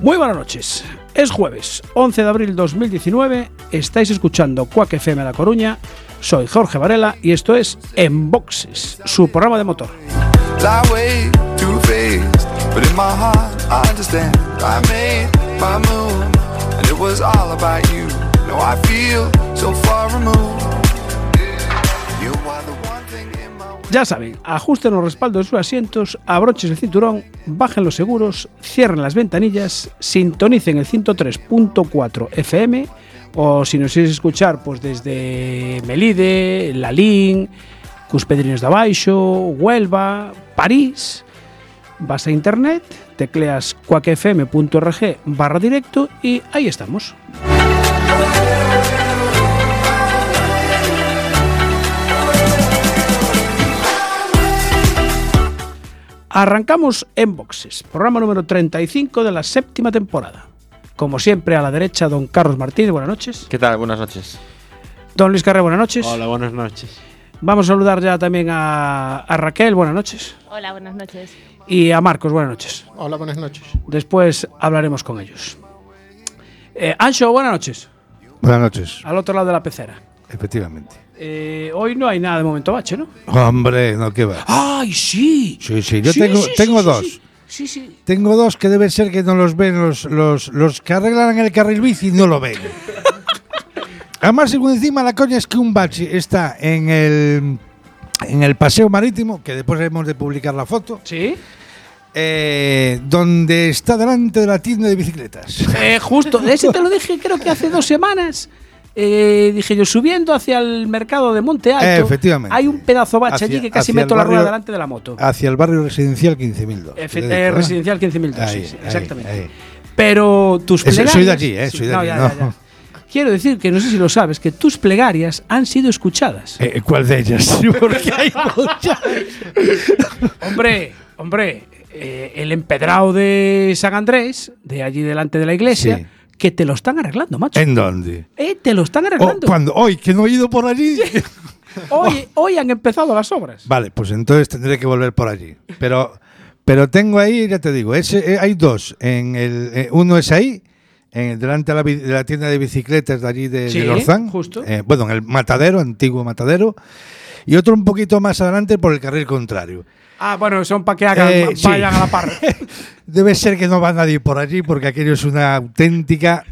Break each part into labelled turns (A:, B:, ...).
A: Muy buenas noches. Es jueves 11 de abril 2019. Estáis escuchando Quack FM La Coruña. Soy Jorge Varela y esto es En Boxes, su programa de motor.
B: I way too phased, but in my heart I understand. I made my move, and it was all about you. Now I feel so far removed. You are the one thing in my way.
A: Ya saben, ajusten los respaldos de sus asientos, abrochen el cinturón, bajen los seguros, cierren las ventanillas, sintonicen el 103.4 FM o si nos queréis escuchar pues desde Melide, Lalín, Cuspedrinos de Abaixo, Huelva, París, vas a internet, tecleas cuacfm.org barra directo y ahí estamos. Arrancamos en boxes, programa número 35 de la séptima temporada. Como siempre, a la derecha, don Carlos Martínez, buenas noches.
C: ¿Qué tal? Buenas noches.
A: Don Luis Carré, buenas noches.
D: Hola, buenas noches.
A: Vamos a saludar ya también a, a Raquel, buenas noches.
E: Hola, buenas noches.
A: Y a Marcos, buenas noches.
F: Hola, buenas noches.
A: Después hablaremos con ellos. Eh, Ancho, buenas noches.
G: Buenas noches,
A: Al otro lado de la pecera.
G: efectivamente.
A: Eh, hoy no hay nada de momento bache, ¿no?
G: Hombre, no, ¿qué va?
A: ¡Ay, Ah. sí!
G: Sí, sí, yo tengo, tengo
A: sí,
G: dos.
A: Sí, sí, sí.
G: Tengo dos que debe ser que no los ven los, los, los que arreglan el carril bici, no lo ven. Además, según encima, la coña es que un bache está en el, en el paseo marítimo, que después hemos de publicar la foto,
A: ¿Sí?
G: eh, donde está delante de la tienda de bicicletas.
A: Eh, justo, de ese te lo dije creo que hace dos semanas. Eh, dije yo, subiendo hacia el mercado de Monte Alto,
G: Eh, efectivamente.
A: hay un pedazo bache
G: Hacia-
A: allí que casi
G: hacia el
A: meto la rueda
G: barrio-
A: delante de la moto.
G: Hacia el barrio residencial 15.002.
A: Efe-
G: Lo he
A: eh,
G: dicho, ¿verdad?
A: residencial 15.000 sí,
G: Ahí,
A: sí,
G: ahí,
A: exactamente.
G: ahí.
A: Pero tus
G: Eso- soy de
A: plegarias.
G: allí, eh,
A: sí,
G: soy de allí,
A: ya, ya,
G: no.
A: ya. Quiero decir que no sé si lo sabes, que tus plegarias han sido escuchadas.
G: Eh, ¿Cuál de ellas? Porque hay muchas.
A: Hombre, hombre, eh, el empedrado de San Andrés, de allí delante de la iglesia,
G: Sí.
A: que te lo están arreglando, macho.
G: ¿En dónde?
A: Eh, te lo están
G: Oh,
A: arreglando.
G: cuando hoy que no he ido por allí. Oh,
A: hoy, hoy han empezado las obras.
G: Vale, pues entonces tendré que volver por allí. Pero, pero tengo ahí, ya te digo, ese, eh, hay dos. En el, eh, uno es ahí, en el- delante de la, bi- de la tienda de bicicletas de allí de,
A: Sí,
G: del Orzán.
A: justo.
G: Eh, bueno, en el matadero, antiguo matadero. Y otro un poquito más adelante por el carril contrario.
A: Ah, bueno, son para que hagan,
G: Eh, sí.
A: vayan a la par.
G: Debe ser que no va nadie por allí porque aquello es una auténtica...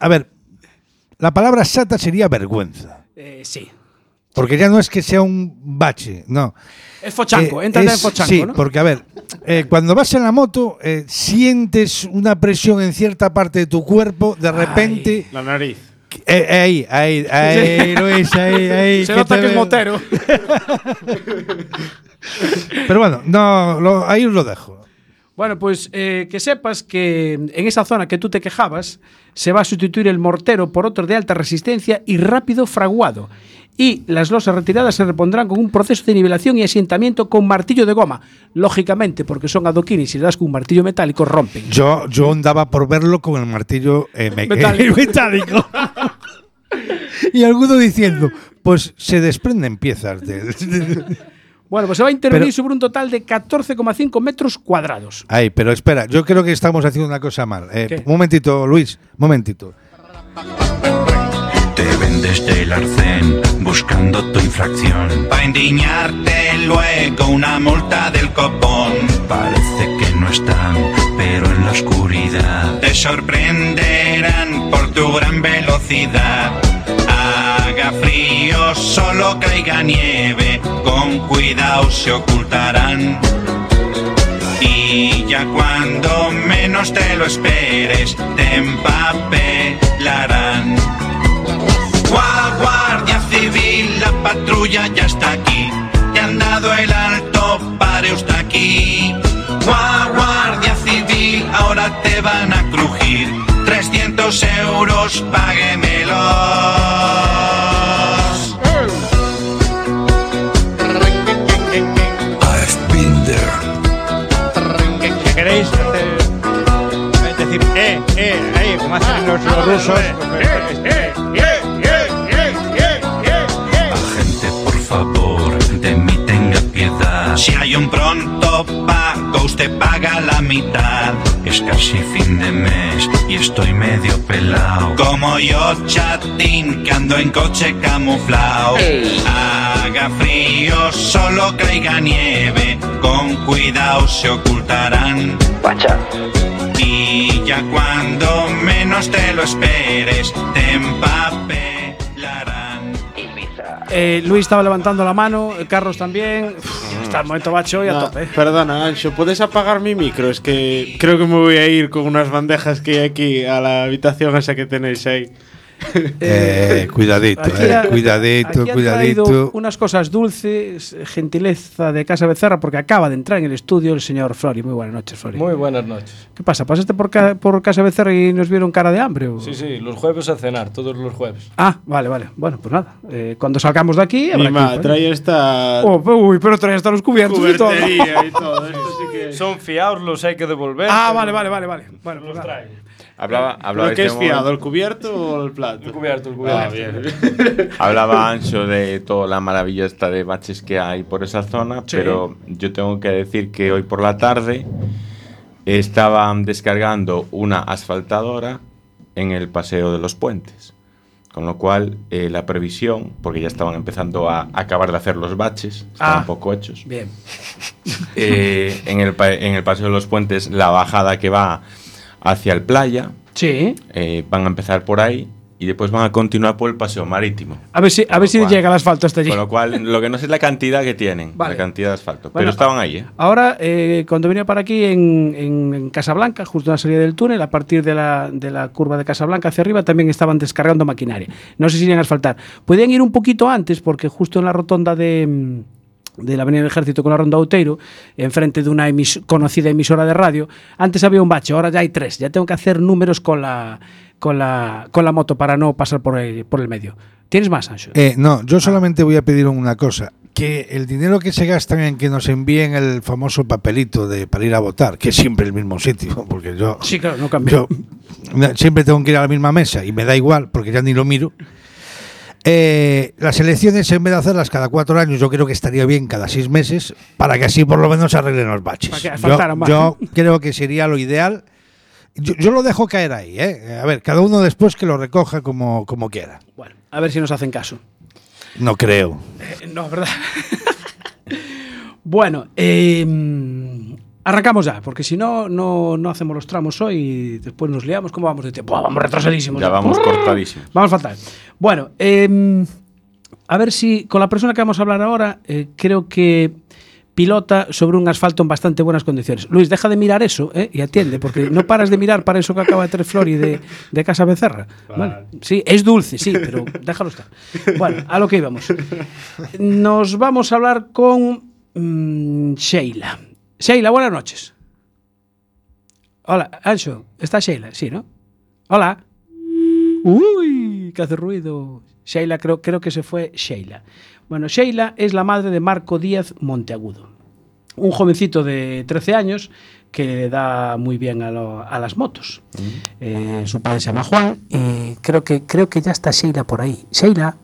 G: A ver, la palabra sata sería vergüenza.
A: Eh, sí.
G: Porque ya no es que sea un bache, no.
A: Es fochanco,
G: Eh,
A: entras
G: es-
A: en fochanco,
G: sí,
A: ¿no?
G: porque a ver, eh, cuando vas en la moto, eh, sientes una presión en cierta parte de tu cuerpo, de repente.
D: La nariz.
G: Eh, ahí, ahí, ahí, Luis, ahí, ahí.
A: Se
G: que
A: nota
G: te
A: que es
G: veo.
A: motero.
G: Pero bueno, no, lo- ahí os lo dejo.
A: Bueno, pues eh, que sepas que en esa zona que tú te quejabas se va a sustituir el mortero por otro de alta resistencia y rápido fraguado. Y las losas retiradas se repondrán con un proceso de nivelación y asentamiento con martillo de goma. Lógicamente, porque son adoquines y si le das con un martillo metálico rompen.
G: Yo, yo andaba por verlo con el martillo eh, me-
A: Metálico.
G: metálico. y alguno diciendo, pues se desprenden piezas del.
A: Bueno, pues se va a intervenir
G: Pero-
A: sobre un total de 14,5 metros cuadrados.
G: Ahí, pero espera, yo creo que estamos haciendo una cosa mal. Eh,
A: ¿Qué?
G: momentito, Luis, momentito.
B: Te ven
C: desde el arcén buscando tu infracción. Pa' endiñarte luego una multa del copón. Parece que no están, pero en la oscuridad te sorprenderán por tu gran velocidad. Haga frío, solo caiga nieve, con cuidado se ocultarán. Y ya cuando menos te lo esperes, te empapelarán. Guau, Guardia Civil, la patrulla ya está aquí. Te han dado el alto, pare usted aquí. Guau, Guardia Civil, ahora te van a crujir. 300 euros, páguemelos.
D: I've been there.
E: ¿Qué, qué queréis hacer? Es decir, eh, eh, eh, como hacen los,
A: Ah,
E: los rusos. Eh, eh,
C: Gente, por favor, de mí tenga piedad. Si hay un pronto pago, usted paga la mitad. Es casi fin de mes y estoy medio pelado. Como yo, chatín, que ando en coche camuflao. Haga frío, solo caiga nieve. Con cuidado se ocultarán. Y ya cuando menos te lo esperes, te empapelarán.
A: Eh, Luis estaba levantando la mano, eh, Carlos también. Uf, está el momento bacho y a
F: Ah,
A: tope.
F: perdona, Ancho, ¿puedes apagar mi micro? Es que creo que me voy a ir con unas bandejas que hay aquí a la habitación esa que tenéis ahí.
A: Eh,
D: Eh, cuidadito,
A: aquí
D: eh,
A: ha-
D: cuidadito,
A: aquí han traído
D: cuidadito.
A: Unas cosas dulces, eh, gentileza de Casa Becerra, porque acaba de entrar en el estudio el señor Flori. Muy buenas noches, Flori.
H: Muy buenas noches.
A: ¿Qué pasa? ¿Pasaste por, ca- por Casa Becerra y nos vieron cara de hambre? o?
H: Sí, sí, los jueves a cenar, todos los jueves.
A: Ah, vale, vale. Bueno, pues nada. Eh, cuando salgamos de aquí. habrá
F: Mi ma,
A: equipo, ¿eh?
F: trae esta
A: Oh, uy, pero trae hasta los cubiertos y todo.
F: cubertería y todo. Esto sí que...
H: Son fiados, los hay que devolver. Eh,
A: Ah, vale, vale, vale. vale. Bueno, pues nada.
I: Hablaba, hablaba
F: ¿Lo que
I: este
F: es
I: momento-
F: fiado, el cubierto o el plato?
H: El cubierto, el cubierto.
F: Ah, bien.
I: Hablaba Ancho de toda la maravilla esta de baches que hay por esa zona,
A: Sí.
I: pero yo tengo que decir que hoy por la tarde estaban descargando una asfaltadora en el paseo de los puentes. Con lo cual, eh, la previsión, porque ya estaban empezando a acabar de hacer los baches, estaban
A: Ah.
I: un poco hechos.
A: Bien.
I: Eh, en, el, pa- en el paseo de los puentes, la bajada que va hacia el playa,
A: Sí.
I: eh, van a empezar por ahí y después van a continuar por el paseo marítimo.
A: A ver si, a
I: Con
A: ver
I: lo
A: si
I: cual-
A: llega el asfalto hasta allí.
I: Con lo cual, lo que no sé es la cantidad que tienen,
A: Vale.
I: la cantidad de asfalto.
A: Bueno,
I: pero estaban ahí, ¿eh?
A: Ahora, eh, cuando venía para aquí en, en- en Casablanca, justo en la salida del túnel, a partir de la, de la curva de Casablanca hacia arriba, también estaban descargando maquinaria. No sé si irían a asfaltar. Podían ir un poquito antes, porque justo en la rotonda de, mm, de la Avenida del Ejército con la Ronda Outeiro, enfrente de una emis- conocida emisora de radio, antes había un bache, ahora ya hay tres. Ya tengo que hacer números con la, con la, con la moto para no pasar por el, por el medio. ¿Tienes más, Ancho?
G: Eh, no, yo solamente voy a pedir una cosa. Que el dinero que se gastan en que nos envíen el famoso papelito de para ir a votar, que es siempre el mismo sitio, porque yo,
A: sí, claro, no cambió.
G: yo siempre tengo que ir a la misma mesa y me da igual, porque ya ni lo miro. Eh, las elecciones, en vez de hacerlas cada cuatro años, yo creo que estaría bien cada seis meses, para que así por lo menos se arreglen los baches.
A: Para que
G: Yo-
A: faltaran más.
G: yo creo que sería lo ideal. Yo, yo lo dejo caer ahí, ¿eh? A ver, cada uno después que lo recoja como, como quiera.
A: Bueno, a ver si nos hacen caso.
G: No creo.
A: Eh, No, ¿verdad? bueno, eh, arrancamos ya, porque si no, no, no hacemos los tramos hoy y después nos liamos. ¿Cómo vamos de tiempo? Ah, vamos retrasadísimos.
I: Ya vamos cortadísimos.
A: Vamos fatal. Bueno, eh, a ver si con la persona que vamos a hablar ahora, eh, creo que pilota sobre un asfalto en bastante buenas condiciones. Luis, deja de mirar eso ¿eh? y atiende, porque no paras de mirar para eso que acaba de traer Flori de, de Casa Becerra. Vale. Sí, es dulce, sí, pero déjalo estar. Bueno, a lo que íbamos. Nos vamos a hablar con mm, Sheila. Sheila, buenas noches. Hola, Ancho, ¿está Sheila? Sí, ¿no? Hola. Uy, que hace ruido. Sheila, creo, creo que se fue Sheila. Bueno, Sheila es la madre de Marco Díaz Monteagudo, un jovencito de 13 años que le da muy bien a, lo- a las motos. Eh, su padre se llama Juan y creo que, creo que ya está Sheila por ahí. Sheila,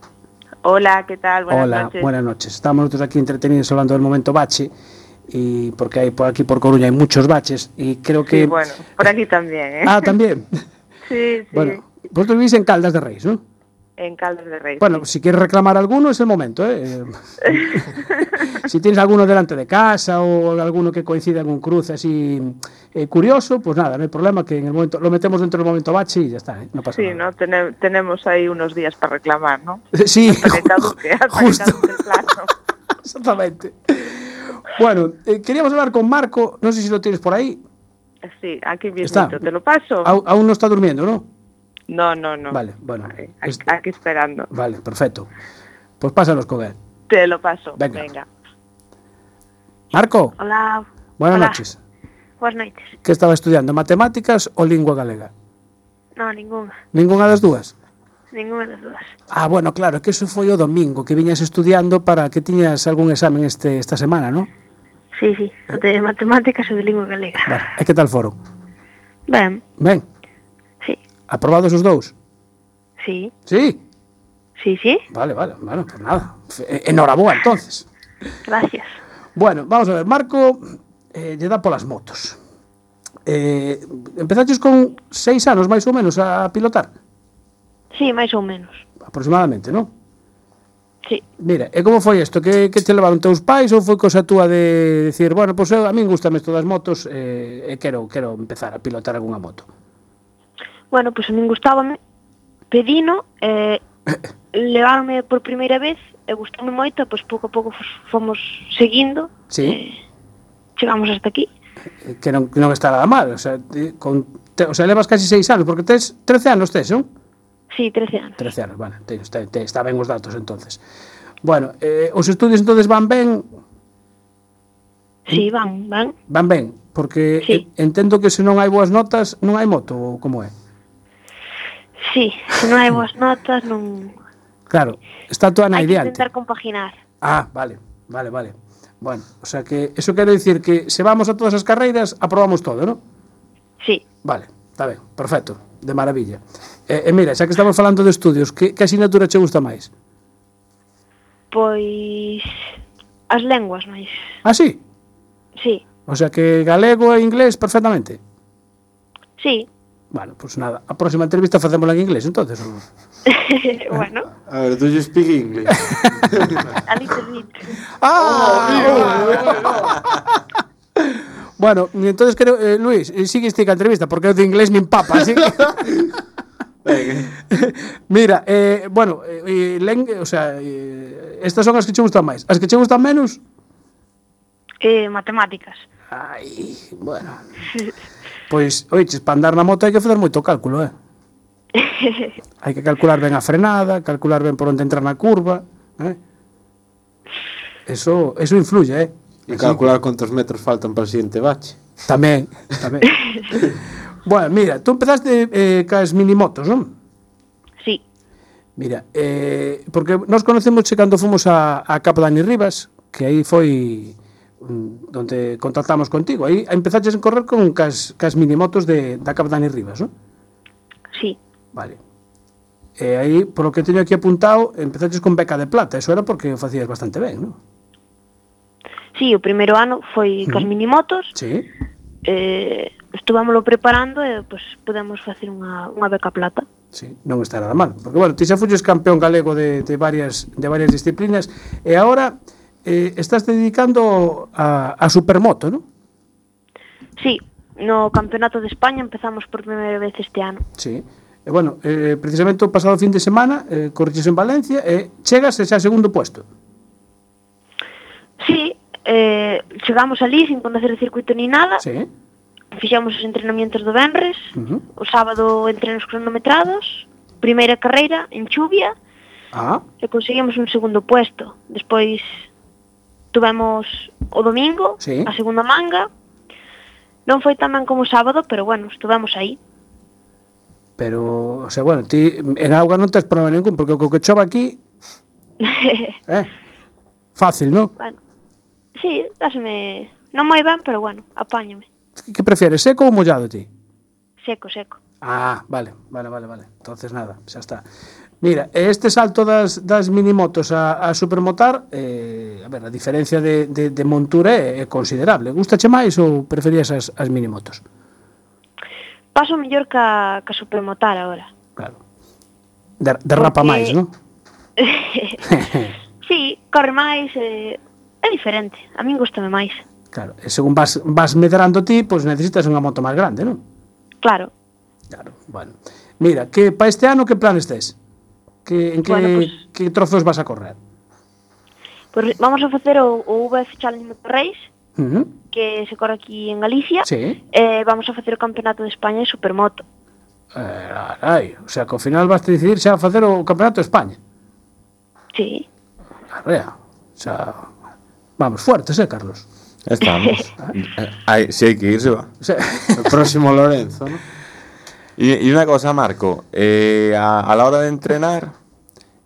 J: Hola, ¿qué tal? Buenas
A: hola,
J: noches.
A: buenas noches. Estamos nosotros aquí entretenidos hablando del momento bache y porque hay por aquí por Coruña hay muchos baches y creo
J: Sí,
A: que...
J: bueno, por aquí también, ¿eh?
A: Ah, también.
J: sí, sí.
A: Bueno, vosotros vivís en Caldas de Reis, ¿no?
J: en Caldas de Rey.
A: Bueno, si quieres reclamar alguno es el momento. ¿eh? si tienes alguno delante de casa o alguno que coincida en un cruce así eh, curioso, pues nada, no hay problema que en el momento lo metemos dentro del momento bache y ya está, ¿eh? no pasa
J: sí,
A: nada.
J: ¿no? Tene- tenemos ahí unos días para reclamar, ¿no?
A: Sí,
J: Hasta que caduque, hasta que
A: justo.
J: caduque el plazo.
A: Exactamente. Bueno, eh, queríamos hablar con Marco, no sé si lo tienes por ahí.
J: Sí, aquí
A: Está.
J: mismo, te lo paso.
A: Au- aún no está durmiendo, ¿no?
J: No, no, no.
A: Vale, bueno. es-
J: Aquí esperando.
A: Vale, perfecto. Pues pásanos con él.
J: Te lo paso.
A: Venga.
J: Venga.
A: Marco,
K: Hola,
A: buenas
K: Hola.
A: noches.
K: buenas noites.
A: ¿Qué estaba estudiando? ¿Matemáticas o lengua galega?
K: No, ninguna,
A: Ninguna das dúas?
K: ninguna das dúas.
A: Ah, bueno, claro, que eso foi o domingo que viñas estudiando para que tiñas algún examen este esta semana, ¿no?
K: Sí, sí, o de matemáticas ou de lingua galega.
A: E que tal foron?
K: Ben,
A: Ben?
K: Sí.
A: Aprobados os dous?
K: sí,
A: Sí?
K: sí, sí,
A: Vale, vale, bueno, pues nada. Eh, Enhorabuena, entonces.
K: gracias.
A: Bueno, vamos a ver, Marco eh, lle dá polas motos. Eh, empezaches con seis anos máis ou menos a pilotar,
K: Sí, máis ou menos.
A: aproximadamente, non?
K: Sí.
A: Mira, e como foi isto? Que, que te levaron teus pais ou foi cosa túa de decir, bueno, pois eu, a min gustame isto das motos eh, e quero, quero empezar a pilotar algunha moto?
K: Bueno, pois pues, a min gustábame pedino eh, levarme por primeira vez e gustoume moito, e, pois pouco a pouco fos- fomos seguindo,
A: Sí,
K: chegamos hasta aquí.
A: eh, que non, que non está nada mal, o sea, te, con, te, o sea, levas casi seis anos, porque tes 13 anos tes, non?
K: Sí, 13 anos.
A: 13 anos, vale, te, te, te, está ben os datos entonces. Bueno, eh, os estudios entonces van ben,
K: Sí, van, van.
A: van ben, porque sí. entendo que se non hai boas notas, non hai moto, ou como é?
K: Sí, se non hai boas notas, non...
A: Claro, está toda na
K: Hai que
A: ideante.
K: intentar compaginar.
A: Ah, vale, vale, vale. Bueno, o sea que eso quiere decir que se vamos a todas as carreiras, aprobamos todo, ¿no?
K: Sí.
A: Vale, está ben, perfecto, de maravilla. E, e mira, xa que estamos falando de estudios, que, que asignatura che gusta máis?
K: Pois as lenguas máis.
A: Ah, sí?
K: Sí,
A: O sea que galego e inglés perfectamente.
K: sí.
A: Bueno, pues nada, a próxima entrevista facémola en inglés, entonces. ou?
K: bueno,
F: A ver, do you speak English?
K: a little bit.
A: Bueno, e entonces creo, eh, Luis, eh, sigue esta entrevista, porque eu de inglés nin papa, así que... Mira, eh, bueno, eh, eh, len- o sea, eh, estas son as que che gustan máis. As que che gustan menos?
K: Eh, matemáticas.
A: Ai, bueno. Pois, oiches, para andar na moto hai que fazer moito cálculo, eh? Hai que calcular ben a frenada, calcular ben por onde entrar na curva, eh? Eso, eso influye, eh?
F: E calcular cuántos metros faltan para o siguiente bache.
A: Tamén, tamén. bueno, mira, tú empezaste eh, cas minimotos, non?
K: Sí.
A: Mira, eh, porque nos conocemos che cando fomos a, a Capdani Rivas, que aí foi mm, donde contactamos contigo. Aí empezaches a correr con cas, cas minimotos de, da Capdani Rivas, non?
K: Sí.
A: Vale. E aí, polo que teño aquí apuntado, empezaches con beca de plata. Eso era porque o facías bastante ben, non?
K: Sí, o primeiro ano foi cos
A: Ujú.
K: minimotos.
A: Sí.
K: Eh, estuvámoslo preparando e pois podemos facer unha, unha beca plata.
A: Sí, non está nada mal. Porque, bueno, ti xa fuches campeón galego de, de, varias, de varias disciplinas e agora eh, estás dedicando a, a supermoto, non?
K: Sí, no Campeonato de España empezamos por primeira vez este ano.
A: Sí. E, bueno, eh, precisamente o pasado fin de semana eh, corriches en Valencia e chegas e xa segundo puesto.
K: Sí, eh, chegamos ali sin conocer o circuito ni nada.
A: Sí.
K: Fixemos os entrenamientos do Benres.
A: Uh
K: O sábado entrenos cronometrados, primeira carreira en chuvia
A: Ah,
K: e conseguimos un segundo puesto. Despois tuvemos o domingo
A: Sí.
K: a segunda manga. Non foi tan ben como o sábado, pero bueno, estuvemos aí.
A: pero, o sea, bueno, ti en auga non tes problema ningún, porque o que chova aquí, eh, fácil, non?
K: bueno, sí, dáseme non moi ben, pero bueno, apáñame.
A: Que prefieres, seco ou mollado ti?
K: Seco, seco.
A: Ah, vale, vale, vale, vale. Entonces nada, xa está. Mira, e este salto das, das minimotos a, a supermotar, eh, a ver, a diferencia de, de, de montura é, é considerable. Gustache máis ou preferías as, as minimotos?
K: Paso mellor ca, ca supermotar agora.
A: Claro. Der- derrapa
K: Porque-
A: máis, non?
K: sí, corre máis, eh, é diferente. A min gustame máis,
A: Claro, e según vas, vas medrando ti, pois necesitas unha moto máis grande, non?
K: claro.
A: Claro, bueno. Mira, que para este ano que planes tes? Que en que,
K: Bueno,
A: bueno,
K: pois-
A: pues... que trozos vas a correr?
K: Pois vamos a facer o, o VF Challenge Motor Race,
A: Uh -huh.
K: que se corre aquí en Galicia.
A: Sí.
K: Eh, vamos a facer o Campeonato de España de Supermoto.
A: Eh, arai, o sea, que ao final vas te decidir xa a facer o Campeonato de España.
K: Sí.
A: Arrea. O sea, vamos fuertes, eh, Carlos.
I: Estamos.
A: Ah.
I: Eh, hay- si hay que irse, va.
A: O sea,
I: El próximo Lorenzo, ¿no? Y, y una cosa, Marco, eh, a, a la hora de entrenar,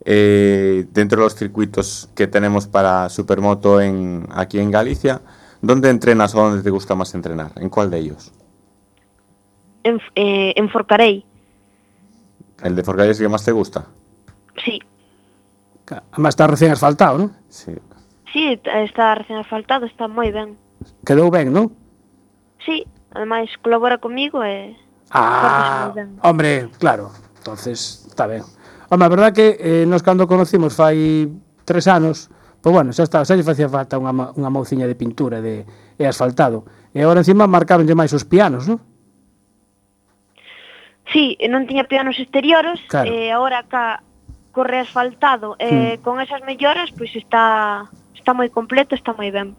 I: eh, dentro de los circuitos que tenemos para Supermoto en, aquí en Galicia, ¿dónde entrenas o dónde te gusta más entrenar? ¿En cuál de ellos?
K: En, eh, en Forcarei,
I: ¿El de Forcall es el que más te gusta?
K: sí.
A: Además está recién asfaltado, non?
I: Sí.
K: Sí, t- está recén asfaltado, está moi ben.
A: Quedou ben, non?
K: Sí, ademais colabora comigo e... Cortes moi
A: Ah,
K: ben.
A: hombre, claro. Entonces, está ben. Home, a verdad que eh, nos cando conocimos fai tres anos, pois bueno, xa está, xa lle facía falta unha, ma- unha mouciña de pintura e de, e asfaltado. E agora encima marcaronlle máis os pianos, non?
K: Sí, e non tiña pianos exteriores
A: Claro. Hmm.
K: e agora ca corre asfaltado e con esas melloras pois está está moi completo, está moi ben.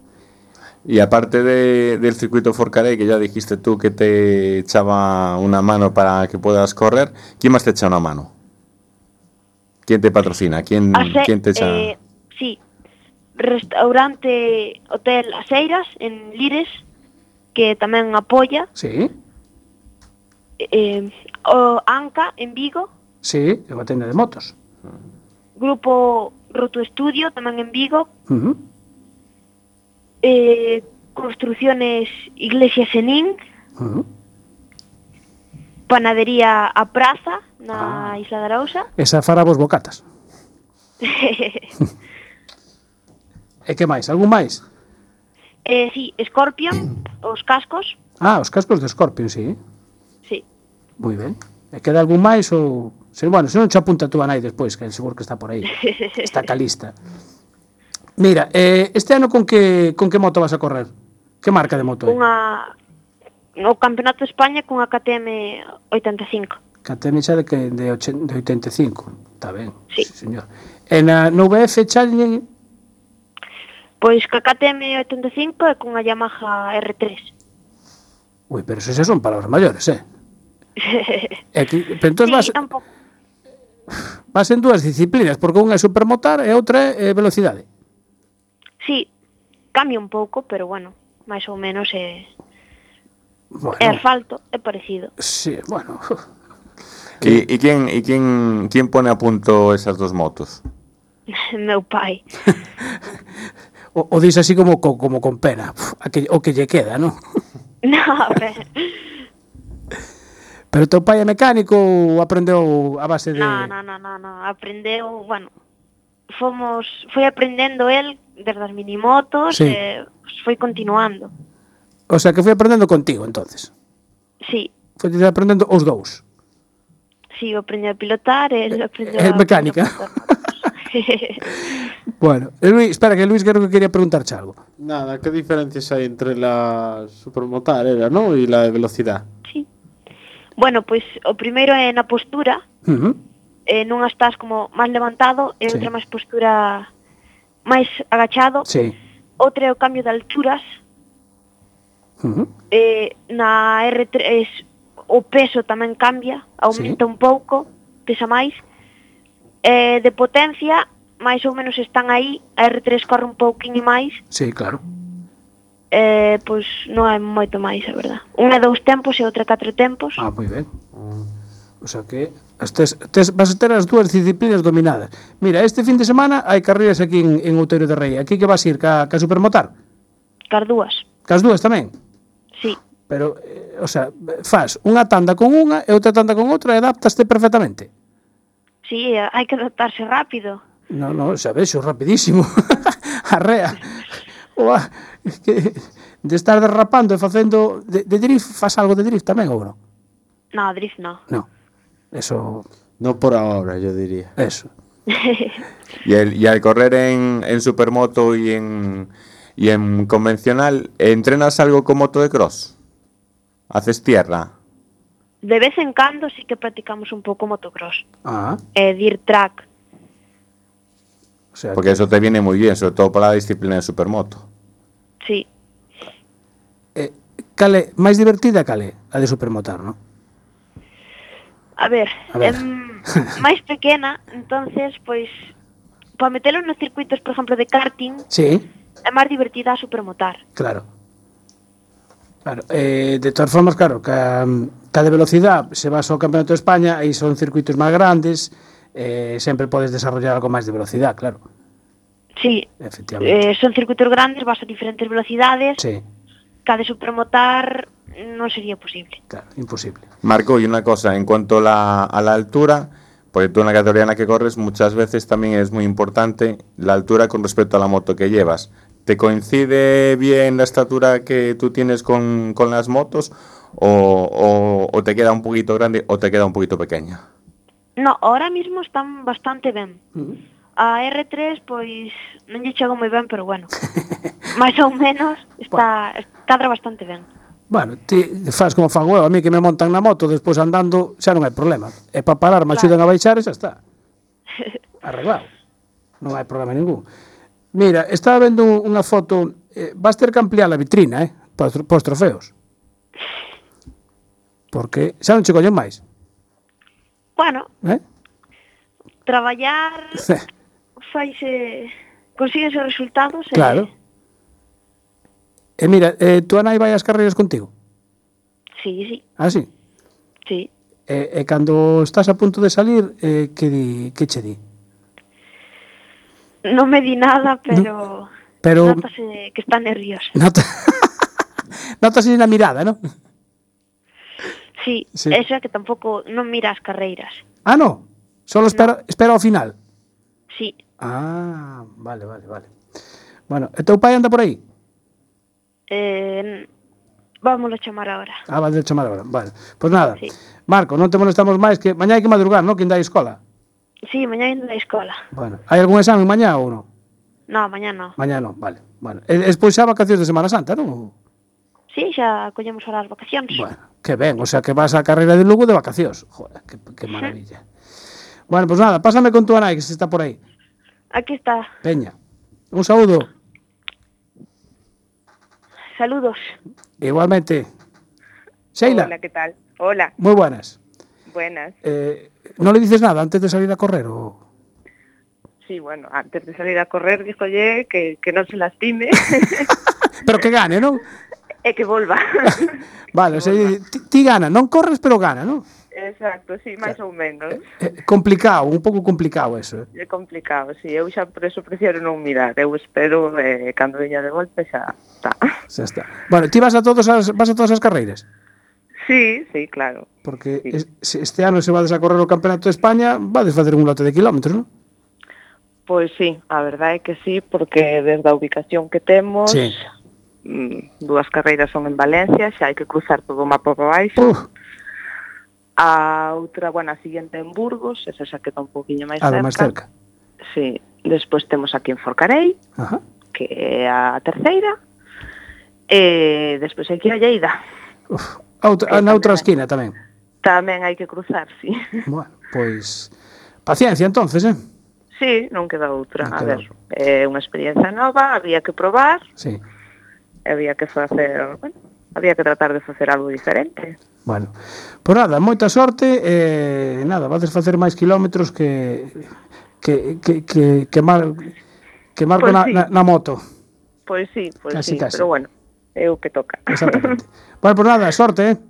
I: Y aparte de- del circuito Forcarey, que ya dijiste tú que te echaba una mano para que puedas correr, ¿quién más te echa una mano? ¿Quién te patrocina? ¿Quién,
K: Ase-
I: quién te echa?
K: eh, sí. Restaurante Hotel Aseiras en Lires que tamén apoia
A: Sí,
K: eh, o Anca en Vigo,
A: sí, é unha tenda de motos.
K: Grupo Roto Estudio tamén en Vigo,
A: Uh -huh.
K: eh, Construcciones Iglesias Enín,
A: Uh -huh.
K: Panadería A Praza na
I: Ah.
K: Isla de Arousa.
A: Esa fará vos bocatas. E que máis? Algún máis?
K: eh, sí, Scorpion, os cascos,
A: Ah, os cascos de Scorpion, sí.
K: Sí.
A: Moi ben. E queda algún máis ou... Se, bueno, se non che apunta tú a nai despois, que seguro que está por aí. Está calista. Mira, eh, este ano con que, con que moto vas a correr? Que marca de moto? é?
K: unha o Campeonato de España cunha KTM 85.
A: KTM xa de, que- de, oche- de 85. Está ben, sí. señor. En a no VF Challenge,
K: Pois ca KTM 85 e cunha Yamaha R3.
A: ui, pero eso xa son palabras maiores, eh? E que, pero entón
K: sí,
A: vas,
K: tampouco.
A: vas en dúas disciplinas, porque unha é supermotar e outra é eh, velocidade.
K: Sí, cambia un pouco, pero bueno, máis ou menos é,
A: Bueno,
K: é asfalto, é parecido.
A: Sí, bueno.
I: ¿Y, y quién, y quién, quién pone a punto esas dos motos?
K: Meu pai.
A: O, o dis así como, co- como con pena, Uf, a que, o que lle queda, non?
K: No, a ver,
A: Pero teu pai é mecánico ou aprendeu a base de...
K: no, no, no, no, no, aprendeu, bueno, fomos, foi aprendendo el desde as minimotos, sí.
A: Sí.
K: eh, pois foi continuando.
A: O sea, que fui aprendendo contigo, entonces.
K: Sí,
A: Fui aprendendo os dous.
K: sí, eu aprendi a pilotar, el aprendeu a...
A: É Eh, mecánica. bueno, e Luis, espera, que Luis creo que quería preguntarche algo.
F: Nada, ¿qué diferencias hay entre la supermotar era, ¿no? Y la de velocidad.
K: bueno, pois o primeiro é na postura,
A: Uh -huh.
K: eh, nunha estás como máis levantado e
A: Sí.
K: outra máis postura máis agachado.
A: Sí.
K: Outra é o cambio de alturas.
A: Uh -huh.
K: Eh, na R3 o peso tamén cambia, aumenta sí. un pouco, pesa máis. Eh, de potencia, máis ou menos están aí, a R3 corre un pouquiño máis,
A: Sí, claro.
K: eh, pois non hai moito máis, a verdad. Unha é dous tempos e outra é catro tempos.
A: Ah, moi ben. O sea que as tes, tes, vas a ter as dúas disciplinas dominadas. Mira, este fin de semana hai carreiras aquí en, en Outeiro de Rei. Aquí que vas ir? Ca, ca supermotar?
K: Cas dúas,
A: Cas dúas tamén?
K: sí.
A: Pero, eh, o sea, fas unha tanda con unha e outra tanda con outra e adaptaste perfectamente.
K: Sí, hai que adaptarse rápido.
A: No, no, xa vexo, rapidísimo. Arrea. Oa, es que de estar derrapando e facendo... De, de drift, fas algo de drift tamén ou non?
K: No, drift no.
A: Eso...
L: No por ahora, yo diría.
A: Eso.
I: Y, el- y al correr en, en supermoto y en, y en convencional, ¿entrenas algo con moto de cross? ¿Haces tierra?
K: De vez en cuando sí que practicamos un poco motocross.
A: Ah,
K: Eh, dirt track.
I: porque eso te viene muy bien, sobre todo para la disciplina de supermoto.
K: Sí.
A: Cale, máis divertida, cale, a de supermotar, non?
K: A ver,
A: A ver.
K: em, máis pequena, entonces, pois, para metelo nos circuitos, por exemplo, de karting,
A: Sí,
K: é máis divertida a supermotar.
A: claro. Claro, eh, de todas formas, claro, ca, ca de velocidade se vas ao Campeonato de España, aí son circuitos máis grandes, eh, sempre podes desarrollar algo máis de velocidade, claro,
K: Sí,
A: efectivamente.
K: eh, son circuitos grandes, vas a diferentes velocidades,
A: Sí,
K: cada supermotar non sería posible.
A: imposible.
I: Marco, y una cosa, en cuanto a la, a la altura, porque tú en la categoría en la que corres muchas veces también es muy importante la altura con respecto a la moto que llevas. ¿Te coincide bien la estatura que tú tienes con, con las motos o, o- o te queda un poquito grande o te queda un poquito pequeña?
K: No, ahora mismo están bastante ben.
A: Mm.
K: A R3, pois, non lle chego moi ben, pero bueno. máis ou menos, está, cadra bastante ben.
A: Bueno, ti faz como fan eu, a mí que me montan na moto, despois andando, xa non hai problema. É para parar, me axudan a baixar e xa está. Arreglado. Non hai problema ningún. Mira, estaba vendo un- unha foto, eh, vas ter que ampliar a vitrina, eh, para os tro- para os trofeos. Porque xa non che collen máis,
K: Bueno,
A: eh?
K: traballar faise consíguense resultados e-
A: Claro. E mira, eh, tú a nai vai ás carreiras contigo,
K: Sí, sí,
A: ah, sí?
K: sí.
A: E, e cando estás a punto de salir, eh, que, di, que che di?
K: Non me di nada, pero
A: Pero...
K: notase que está nerviosa.
A: Nota... Notas na mirada, non?
K: Sí,
A: Sí.
K: eso é que tampouco non mira as carreiras.
A: Ah, no. Solo espera, espera ao final.
K: Sí,
A: Ah, vale, vale, vale. Bueno, e teu pai anda por aí?
K: eh, vamos a chamar agora.
A: Ah, vas de chamar agora. Vale. Pois pues nada. Sí. Marco, non te molestamos máis que mañá hai que madrugar, non? Que ainda hai escola.
K: Sí, mañá indo da escola.
A: Bueno, hai algún examen mañá ou non?
K: No, mañá non.
A: Mañá non, vale. Bueno, e despois xa vacacións de Semana Santa, non?
K: Sí, xa collemos ahora as vacacións.
A: Bueno. Que ben, o sea que vas á carreira de Lugo de vacacións. Joder, que, que maravilla. Bueno, pois pues nada, pásame con túa nai que se está por aí.
K: Aquí está.
A: Peña. Un saúdo.
J: Saludos.
A: Igualmente. Sheila,
J: Hola, ¿qué tal? Hola,
A: moi buenas.
J: buenas.
A: Eh, ¿No le dices nada antes de salir a correr? O...
J: Sí, bueno, antes de salir a correr, dijo ye que, que no se lastime,
A: Pero que gane, non?
J: e que volva.
A: Vale, o sea, ti, ti gana, non corres, pero gana, non?
J: Exacto, sí, máis ou menos.
A: Eh, complicado, un pouco complicado eso. Eh.
J: É complicado, sí, eu xa por eso prefiero non mirar, eu espero eh, cando veña de volta xa está.
A: Xa está. Bueno, ti vas a, todos as, vas a todas as carreiras?
J: Sí, sí, claro.
A: Porque es, se este ano se vades a correr o Campeonato de España, vades facer un lote de kilómetros, non?
J: Pois sí, a verdade é que sí, porque desde a ubicación que temos, mm, dúas carreiras son en Valencia, xa hai que cruzar todo o mapa para baixo. A outra, bueno, a siguiente en Burgos, esa xa queda un poquinho máis
A: A
J: cerca.
A: máis cerca.
J: Sí, despois temos aquí en Forcarei,
A: Ajá.
J: que é a terceira, e despois aquí a Lleida.
A: A outra, na outra esquina tamén.
J: Tamén hai que cruzar, sí.
A: Bueno, pois... Paciencia, entonces, eh?
J: Sí, non queda outra.
A: Non
J: a
A: queda
J: ver, é unha experiencia nova, había que probar,
A: Sí.
J: había que facer, bueno, había que tratar de facer algo diferente.
A: Bueno, por nada, moita sorte e eh, nada, vades facer máis kilómetros que que que que que, mar, que marco
J: Pois
A: na,
J: sí.
A: na, na moto.
J: Pois sí, pois
A: Casi,
J: sí,
A: casi.
J: pero bueno, é o que toca.
A: Exactamente. Bueno, por nada, sorte, eh.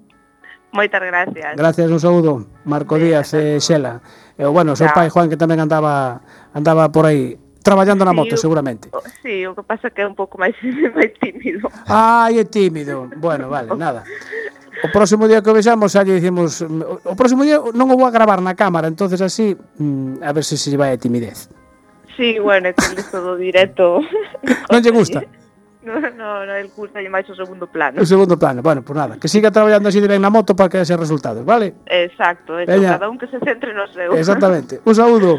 J: Moitas gracias.
A: Gracias, un saúdo. Marco Díaz e eh, Xela. E o bueno, o seu
J: Chao.
A: pai Juan que tamén andaba andaba por aí traballando na
J: Sí,
A: moto,
J: o-
A: seguramente.
J: o- Sí, o que pasa é que é un pouco máis, máis tímido.
A: Ai, é tímido. Bueno, vale, nada. O próximo día que o vexamos xa lle dicimos mm, o o próximo día non o vou a gravar na cámara, entonces así mm, a ver se se lle vai a timidez.
J: Sí, bueno, é que el todo directo
A: Non lle gusta.
J: No, no, no, el curso lle máis o segundo plano.
A: En segundo plano. Bueno, pues nada, que siga traballando así de ben na moto para que haxa resultados, vale?
J: Exacto, eso,
A: Veña.
J: cada un que se centre no seu.
A: Exactamente. Un saúdo.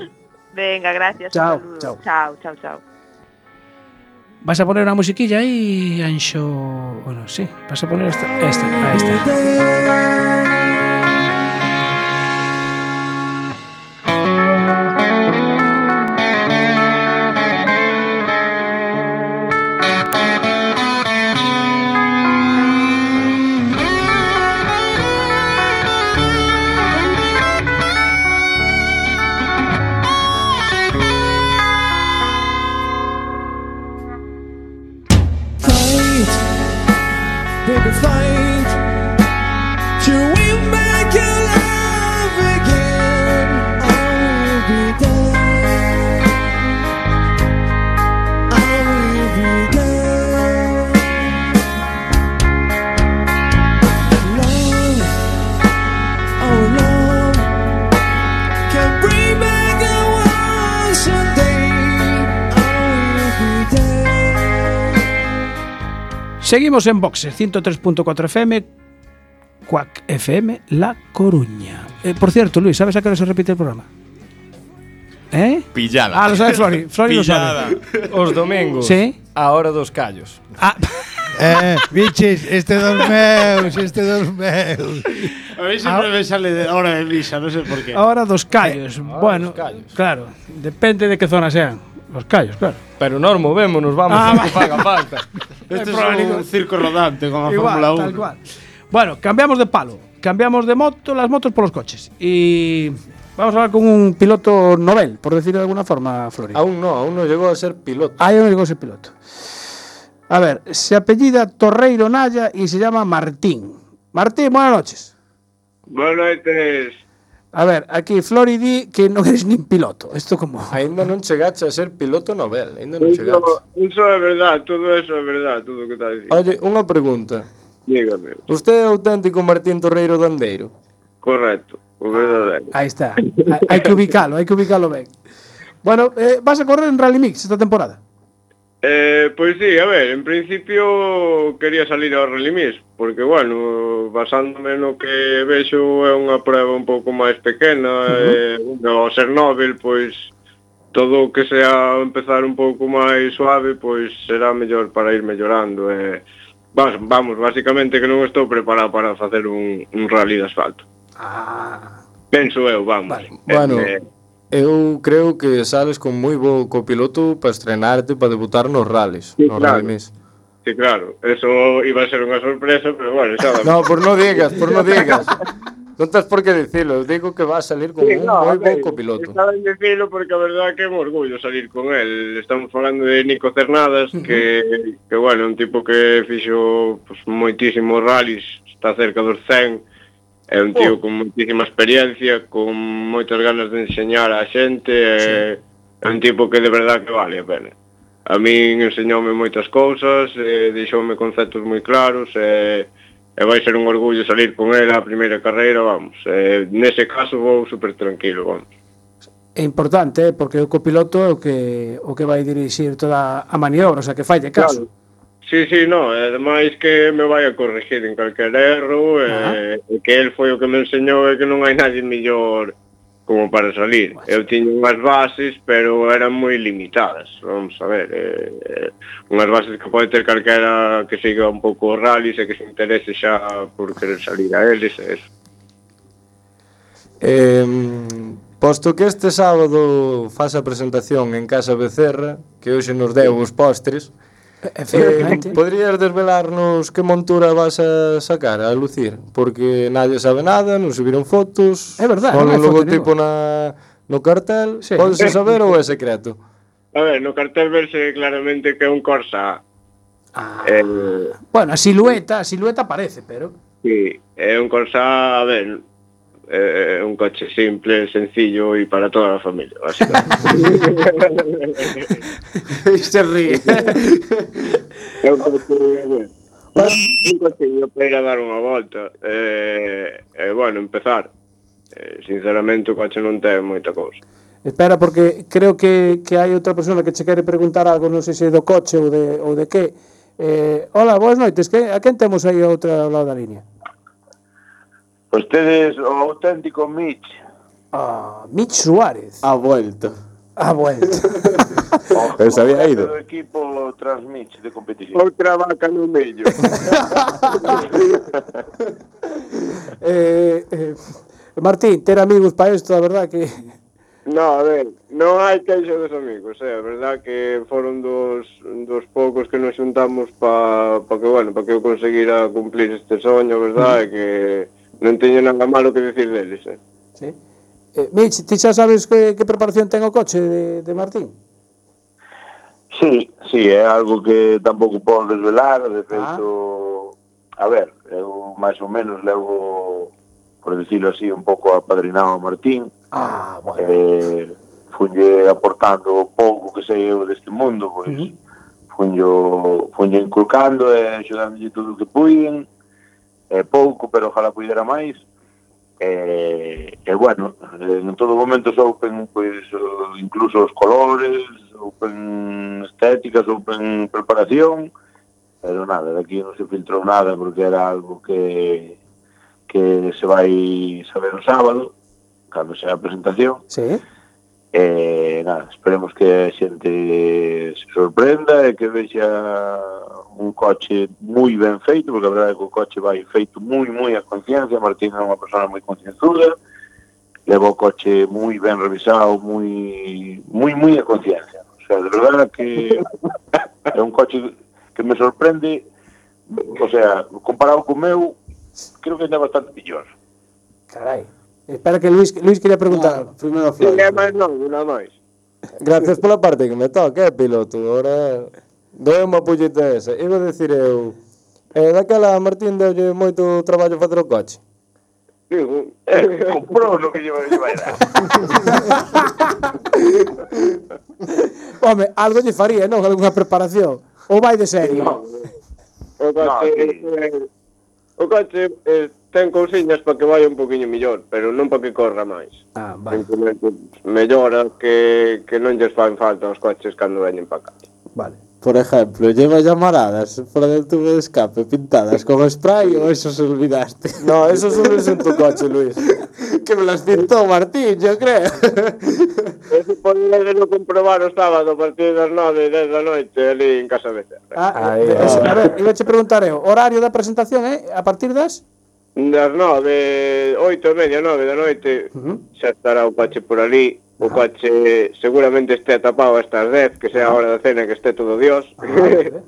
J: Venga, gracias.
A: Chao,
J: un saludo.
A: chao.
J: Chao, chao, chao.
A: Vas a poner una musiquilla ahí, Ancho. Bueno, sí, vas a poner esta. esta ahí está.
L: Fight, baby, fight. Till we make your love again, I will be there. I will be there. Love, oh love, can bring back the ones someday. I will be there.
A: Seguimos en Boxer 103.4 FM, Cuac FM, La Coruña. Eh, por cierto, Luis, ¿sabes a qué hora se repite el programa? ¿Eh?
M: Pillada.
A: Ah, lo sabe Flori, Flori lo sabe.
M: Os domingos.
A: Sí.
M: A hora dos callos.
A: Ah.
G: Eh, bichis, este dos meus, este dos meus.
N: A mí siempre me sale de hora de misa, no sé por qué.
A: Eh, Ahora dos callos. bueno, claro, depende de qué zona sean. Los callos, claro.
M: Pero nos movémonos, vamos,
A: Ah,
M: ah,
A: va.
M: que paga falta.
N: Esto Este es un circo rodante con la
A: Igual,
N: Fórmula 1.
A: tal cual. Bueno, cambiamos de palo. Cambiamos de moto, las motos por los coches. Y vamos a hablar con un piloto novel, por decirlo de alguna forma, Flori.
M: Aún no, aún no llegó a ser piloto.
A: Ahí llegó ese piloto. A ver, se apellida Torreiro Naya y se llama Martín. Martín, buenas noches.
O: Buenas noches.
A: A ver, aquí Flori di que no eres ni un piloto. Esto como...
M: Ainda non chegaste a ser piloto novel, ainda non chegaste.
O: Eso, eso es verdad, todo eso es verdad, todo lo que estás diciendo.
M: Oye, unha pregunta.
O: Dígame.
M: Usted é auténtico Martín Torreiro Dandeiro?
O: Correcto, o verdadero.
A: Ahí está. Hay, hay que ubicarlo, hay que ubicarlo bien. Bueno, eh, vas a correr en Rally Mix esta temporada.
O: Eh, pues sí, a ver, en principio quería salir ao Rally Mix, porque, bueno, basándome no que vexo é unha prueba un pouco máis pequena, eh, bueno, ao ser Nobel, pois, todo o que sea empezar un pouco máis suave, pois, será mellor para ir mellorando, eh. Vamos, vamos, basicamente que non estou preparado para facer un, un rally de asfalto. Penso eu, vamos.
M: Ah. Bueno,
O: Eh,
M: eu creo que sales con moi bo copiloto para estrenarte, para debutar nos rales,
O: Sí,
M: nos
O: claro.
M: rallies.
O: Sí, claro, eso iba a ser unha sorpresa, pero bueno, xa
M: No, por no digas, por no digas. Non tens por que dicilo, eu digo que va a salir con un moi bo copiloto.
O: Estaba en decirlo porque a verdad que é un orgullo salir con el. Estamos falando de Nico Cernadas, que, que bueno, é un tipo que fixo pues, moitísimos rallies, está cerca dos 100, é un tío con moitísima experiencia, con moitas ganas de enseñar a xente, sí. é un tipo que de verdad que vale a pena. A min enseñoume moitas cousas, eh, deixoume conceptos moi claros, eh, e vai ser un orgullo salir con ele a primeira carreira, vamos. Eh, nese caso vou super tranquilo, vamos.
A: É importante, eh, porque o copiloto é o que o que vai dirixir toda a maniobra, o sea, que falle caso.
O: Sí, sí, no, e ademais que me vai a corregir en calquer erro, eh, e que el foi o que me enseñou e que non hai nadie mellor como para salir. Eu tiña unhas bases, pero eran moi limitadas, vamos a ver, eh, eh, unhas bases que pode ter calquera que siga un pouco o rally, e que se interese xa por querer salir a eles, e eso.
M: Eh, posto que este sábado faz a presentación en Casa Becerra, que hoxe nos deu os postres, Eh,
A: Efectivamente.
M: podrías desvelarnos que montura vas a sacar, a lucir? Porque nadie sabe nada, non subiron fotos, é
A: verdade,
M: solo
A: non hai
M: o
A: foto
M: logotipo na, no cartel, sí. podese saber ou é secreto?
O: A ver, no cartel verse claramente que é un Corsa. Ah. Eh,
A: Bueno, a silueta, a silueta aparece, pero
O: Sí, é un Corsa, a ver, é un coche simple, sencillo e para toda a familia, basicamente.
M: Se ríe.
O: é un coche, a ver, un coche para dar unha volta. Eh, eh, bueno, empezar. Eh, sinceramente, o coche non ten moita cousa.
A: espera porque creo que, que hai outra persona que che quere preguntar algo, non sei se é do coche ou de ou de que, Eh, hola, boas noites. Que, a quen temos aí a outra ao lado da línea?
P: Ustedes, o auténtico Mitch.
A: Ah, Mitch Suárez.
M: Ha vuelto.
A: Ah, bueno.
M: Pero se había ido.
P: Do equipo tras Mitch de competición. Outra vaca no medio.
A: eh, eh, Martín, ter amigos para isto, a verdad que... eh,
O: No, a ver, non hai queixo dos amigos, é, eh? a verdad que foron dos, dos poucos que nos juntamos para pa que, bueno, pa que eu conseguira cumplir este soño, verdad, e que non teño nada malo que dicir deles, eh?
A: Sí. Eh, Mitch, ti xa sabes que, que preparación ten o coche de, de Martín?
P: Sí, sí, é algo que tampouco podo desvelar, de feito, a
A: Ah.
P: ver, eu máis ou menos levo, por decirlo así, un pouco apadrinado a Martín.
A: Ah, bueno.
P: Eh, funlle aportando o pouco que sei eu deste este mundo, pues, pois, funllo, funllo inculcando e axudándolle todo o que puiden, é pouco, pero ojalá puidera máis, e, e bueno, en todo momento soupen, pois, o- incluso os colores, soupen estética, soupen preparación, pero nada, daqui non se filtrou nada porque era algo que que se vai saber o sábado, cando sea a presentación,
A: Sí.
P: E nada, esperemos que a xente se sorprenda e que vexa un coche moi ben feito, porque a verdade é que o coche vai feito moi, moi a conciencia, Martín é unha persona moi concienzuda, leva o coche moi ben revisado, moi, moi, moi a conciencia. O sea, de verdade que é un coche que me sorprende, o sea, comparado co meu, creo que ainda é bastante mellor.
A: Carai. Espera que Luis, Luis quería preguntar algo.
M: Ah, Primeiro
O: Sí, é máis novo, nada máis.
M: Gracias
A: pola
M: parte que me toca, eh, piloto. Ora,
A: doi
M: unha pullita esa. Iba a decir eu, eh, daquela a Martín deulle moito traballo facer o coche.
O: Digo,
P: comprou no que lleva a
A: Home, algo lle faría, non? Algunha preparación. Ou vai de serio?
O: O coche, eh, o coche eh, ten cousiñas para que vai un poquinho mellor, pero non para que corra máis.
A: Ah,
O: vale. Simplemente mellora que, que non lles fan falta os coches cando veñen para cá.
M: Por ejemplo, lleva llamaradas fuera del tubo de escape pintadas con spray o eso se olvidaste.
A: No, eso solo es en tu coche, Luis.
M: que me las pintó Martín, yo creo.
O: Eso podéis comprobar o sábado a partir das 9 e 10 da noite ali en Casa Becerra.
A: Ah, Eso, a ver, iba che preguntar eu. Horario da presentación, eh? A partir das?
O: Das 9, 8 e media, 9 da noite, xa estará o coche por ali. O coche seguramente estea tapado hasta as 10, que sea a hora da cena que esté todo Dios.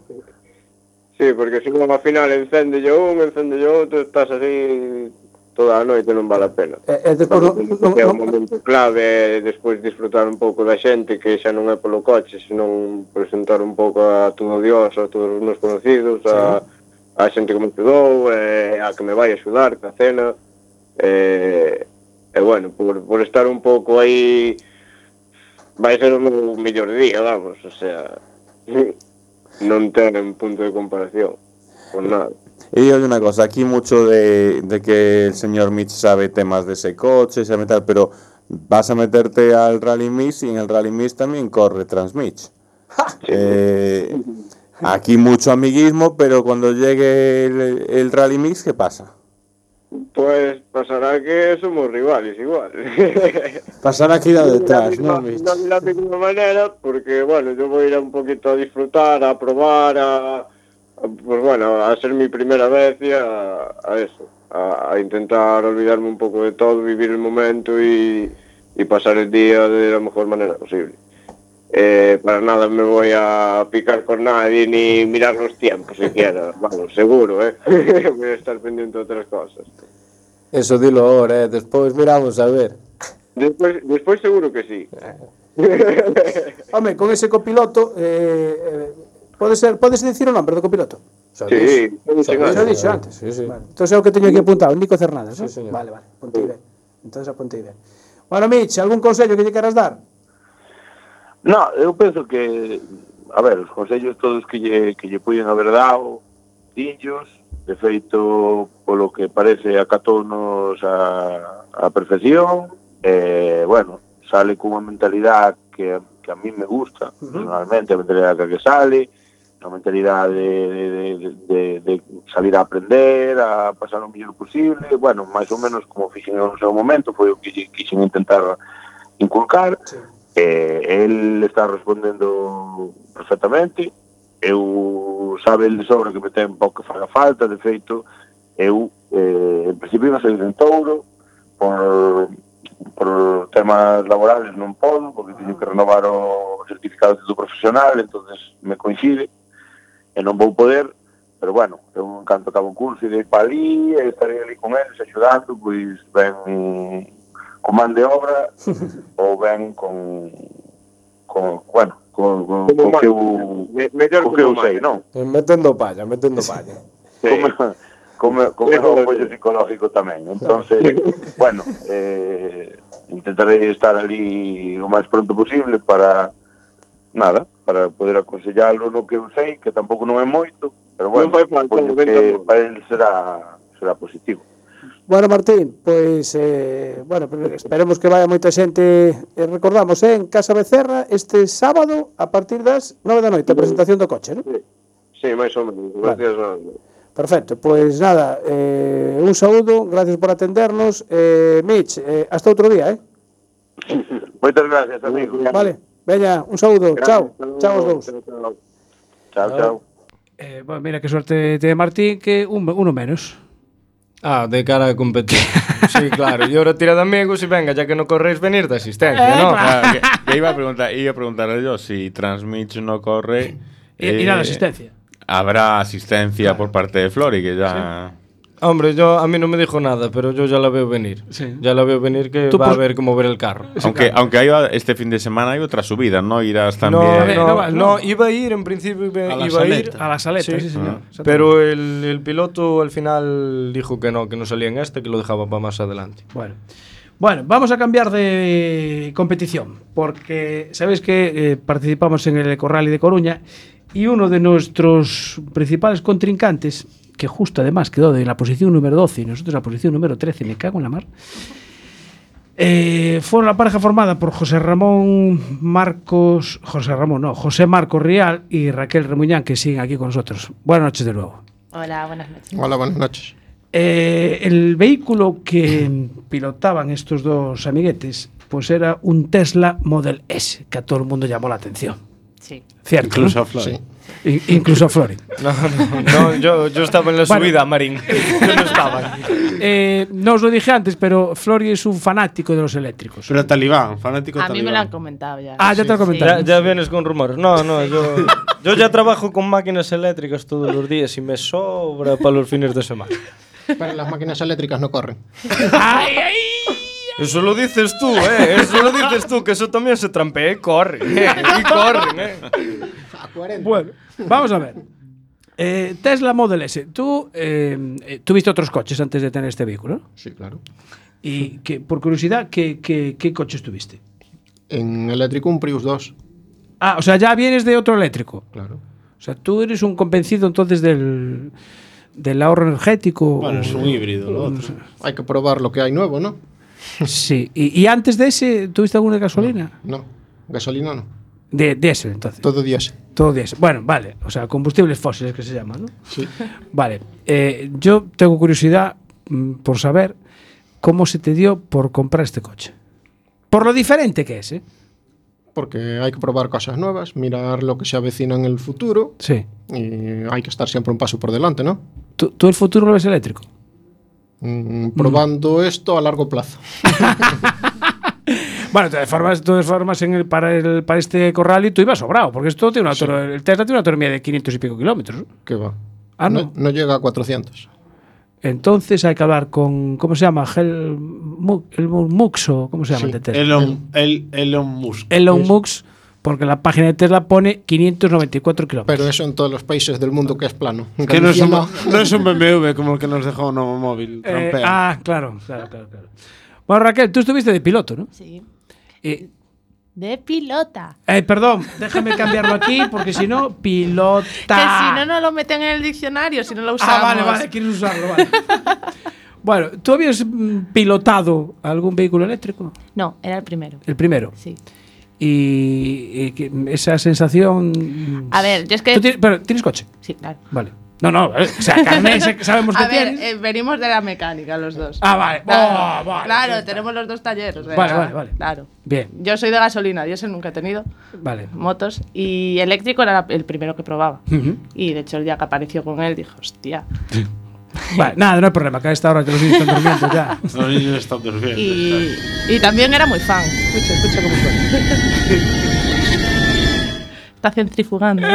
O: sí, porque se non ao final encende yo un, encende yo outro, estás así toda a noite non vale a pena.
A: E, e despois non, non,
O: É
A: non,
O: un momento clave, e despois disfrutar un pouco da xente, que xa non é polo coche, senón presentar un pouco a todo Dios, a todos os meus conocidos, a, a xente que me ajudou, eh, a que me vai axudar na cena, eh, e bueno, por, por estar un pouco aí, vai ser o meu mellor día, vamos, o sea, non ten punto de comparación, con nada.
M: Y digo una cosa, aquí mucho de, de que el señor Mitch sabe temas de ese coche, sabe tal, pero vas a meterte al Rally Mitch y en el Rally Mitch también corre Transmitch. Eh, aquí mucho amiguismo, pero cuando llegue el, el Rally Mix, ¿qué pasa?
O: Pois pasará que somos rivales igual.
M: Pasará aquí la detrás, ¿no, Mitch?
O: no de la misma manera, porque, bueno, yo voy a ir a un poquito a disfrutar, a probar, a, a- pues bueno, a ser mi primera vez y a, a eso, a, a intentar olvidarme un poco de todo, vivir el momento y, y pasar el día de la mejor manera posible. Eh, para nada me voy a picar con nadie ni mirar los tiempos siquiera, vamos, seguro, ¿eh? voy a estar pendiente de otras cosas.
M: Eso dilo ahora, eh. después miramos a ver.
O: Después, después seguro que sí.
M: Eh.
A: Home, con ese copiloto eh, eh, pode ser, podes dicir o nombre do copiloto?
O: Sí,
A: Xa o dixo antes.
M: Sí, sí.
A: Vale. Entón é o que teño aquí apuntado, Nico Cernadas, sí,
M: señor.
A: Vale, vale, apuntei ben. Entón apuntei ben. Bueno, Mitch, algún consello que lle queras dar?
P: No, eu penso que a ver, os consellos todos que lle que lle puiden haber dado, dinllos, de feito polo que parece acatounos a a perfección, eh, bueno, sale cunha mentalidade que que a mí me gusta, personalmente, a mentalidade que sale, a mentalidade de, de, de, de salir a aprender, a pasar o mellor posible, bueno, máis ou menos como fixen no seu momento, foi o que lle quixen intentar inculcar. Sí. Eh, el está respondendo perfectamente, eu sabe el de sobra que me ten pouco que faga falta, de feito, eu eh, en principio non saí de Touro, por, por temas laborales non podo, porque teño que renovar o certificado de título profesional, entonces me coincide, e non vou poder, pero bueno, eu en canto acabo o curso e de para ali, e estarei ali con eles axudando, pois ben con man de obra, ou ben con, con bueno, con, con, con que eu, con que eu sei, non?
M: Eh,
H: Metendo palla, metendo palla.
P: como, como, como é o apoio psicológico tamén. Entonces, bueno, eh, intentaré estar ali o máis pronto posible para nada, para poder aconsellalo no que eu sei, que tampouco non é moito, pero bueno,
H: Non fai falta,
P: supoño
H: non
P: que
H: venta
P: para él será será positivo.
Q: Bueno, Martín, pois eh, bueno, pero esperemos que vaya moita xente e recordamos, eh, en Casa Becerra este sábado a partir das 9 da noite a presentación do coche, non?
O: Sí, máis ou menos. Gracias
Q: Perfecto, pois nada, eh, un saúdo, gracias por atendernos. Eh, Mitch, eh, hasta outro día, eh?
P: Moitas gracias, amigo.
Q: Vale, veña, un saúdo,
P: Gracias,
Q: chao,
P: hasta luego.
Q: chao os dous.
P: Chao, chao.
A: Eh, bueno, mira que suerte tiene Martín, que un- uno menos.
M: Ah, de cara a competir. Sí, claro. Y ahora tira de amigos y venga, ya que no corréis, venir de asistencia,
A: Eh,
M: ¿no?
I: Ah, que- que iba a preguntar, iba a preguntarle yo si Transmich no corre. eh,
M: I- irá la asistencia.
I: Habrá asistencia por parte de Flori, que ya.
M: Hombre, yo a mí no me dijo nada, pero yo ya la veo venir. Ya la veo venir que
I: Tú
M: va
I: por-
M: a ver cómo ver el carro.
I: Aunque, aunque hay, este fin de semana hay otra subida, ¿no? Irás
M: No,
I: también.
M: no, no, iba a ir en principio iba,
A: Eh, A la
M: iba a ir
A: saleta. A la saleta, sí, ah. señor. Exactamente.
M: Pero el, el piloto al final dijo que no, que no salía en este, que lo dejaba para más adelante.
A: Bueno. Bueno, vamos a cambiar de competición, porque sabéis que eh, participamos en el Eco Rally de Coruña y uno de nuestros principales contrincantes, que justo además quedó de la posición número 12 y nosotros la posición número 13, me cago en la mar, eh, fueron la pareja formada por José Ramón Marcos, José Ramón, no, José Marcos Rial y Raquel Remuñán, que siguen aquí con nosotros. Buenas noches de nuevo.
R: Hola, buenas noches.
A: Hola, buenas noches. Eh, el vehículo que pilotaban estos dos amiguetes, pues era un Tesla Model S, que a todo el mundo llamó la atención.
R: Sí.
A: ¿Cierto?
M: Incluso
A: ¿no?
M: a Florin.
A: Sí. I- Incluso a Florin.
M: No, no, no, yo, yo estaba en la
A: Bueno.
M: subida, Marín. Yo no estaba.
A: Eh, no os lo dije antes, pero Flori es un fanático de los eléctricos. Pero talibán, fanático
R: A mí me lo han comentado ya.
A: Ah, ya te lo comentaron.
M: Ya, ya vienes con rumores. No, no, yo, yo ya trabajo con máquinas eléctricas todos los días y me sobra para los fines de semana.
S: Pero las máquinas eléctricas no corren.
M: Eso lo dices tú, eh. Eso lo dices tú, que eso también se trampea y corre. eh, Y corren, eh.
A: Bueno, vamos a ver. Eh, Tesla Model S. Tú eh, eh, tuviste otros coches antes de tener este vehículo.
S: Sí, claro.
A: Y que, por curiosidad, ¿qué, qué, qué coches tuviste?
S: En eléctrico un Prius 2.
A: Ah, o sea, ya vienes de otro eléctrico.
S: Claro.
A: O sea, tú eres un convencido entonces del, del ahorro energético.
S: Bueno, es un híbrido, lo otro. Hay que probar lo que hay nuevo, ¿no?
A: Sí. ¿Y, y antes de ese tuviste alguna gasolina?
S: No. Gasolina no.
A: De diésel, entonces.
S: Todo diésel.
A: Todo diésel. Bueno, vale. O sea, combustibles fósiles que se llaman, ¿no?
S: Sí.
A: Vale. eh, yo tengo curiosidad mm, por saber cómo se te dio por comprar este coche. Por lo diferente que es, ¿eh?
S: Porque hay que probar cosas nuevas, mirar lo que se avecina en el futuro.
A: Sí.
S: Y hay que estar siempre un paso por delante, ¿no?
A: ¿Tú, tú el futuro lo ves eléctrico?
S: Mm, probando esto a largo plazo.
A: Bueno, de todas formas, de todas formas en el, para, el, para este corral y tú ibas sobrado, porque esto tiene una auto- el Tesla tiene una autonomía de 500 y pico kilómetros.
S: ¿Qué va?
A: Ah, no.
S: no. llega a 400.
A: Entonces hay que hablar con, ¿cómo se llama? Gel- Mu- el Mu- Mux o ¿cómo Pues se llama? el de Tesla?
F: Elon, el, Elon Musk.
A: Elon Mux, porque la página de Tesla pone 594 kilómetros.
S: Pero eso en todos los países del mundo que es plano. En
F: Que no es,
S: Galicia
F: un,
S: no.
F: no es un BMW como el que nos dejó un nuevo móvil.
A: Eh, ah, claro, claro, claro, claro. Bueno, Raquel, tú estuviste de piloto, ¿no?
R: Sí.
A: Eh,
R: De pilota.
A: eh, perdón, déjame cambiarlo aquí, porque si no, pilota.
R: Que si no, no lo meten en el diccionario, si no lo usamos.
A: Ah, vale, vale, quieres usarlo, vale. bueno, ¿tú habías mm, pilotado algún vehículo eléctrico?
R: No, era el primero.
A: El primero.
R: Sí.
A: y, y que mm, esa sensación.
R: A ver, yo es que-
A: ¿Tú tienes, pero, ¿tienes coche?
R: Sí, claro.
A: Vale. No, no, a ver, o sea, carné, sé que sabemos que
R: A ver,
A: tienes.
R: eh, venimos de la mecánica los dos.
A: Ah, vale.
R: Claro,
A: Oh, vale.
R: claro, tenemos los dos talleres. venga,
A: Vale, vale, vale.
R: Claro.
A: Bien,
R: Yo soy de gasolina, diésel nunca he tenido,
A: vale.
R: motos, y eléctrico era la- el primero que probaba.
A: Ujú.
R: Y de hecho, ya que apareció con él, dije, hostia.
A: Vale, nada, no hay problema, que a esta hora que los niños están durmiendo ya.
F: Los niños están durmiendo.
R: Y, y también era muy fan. Escucha, escucha cómo suena. Está centrifugando.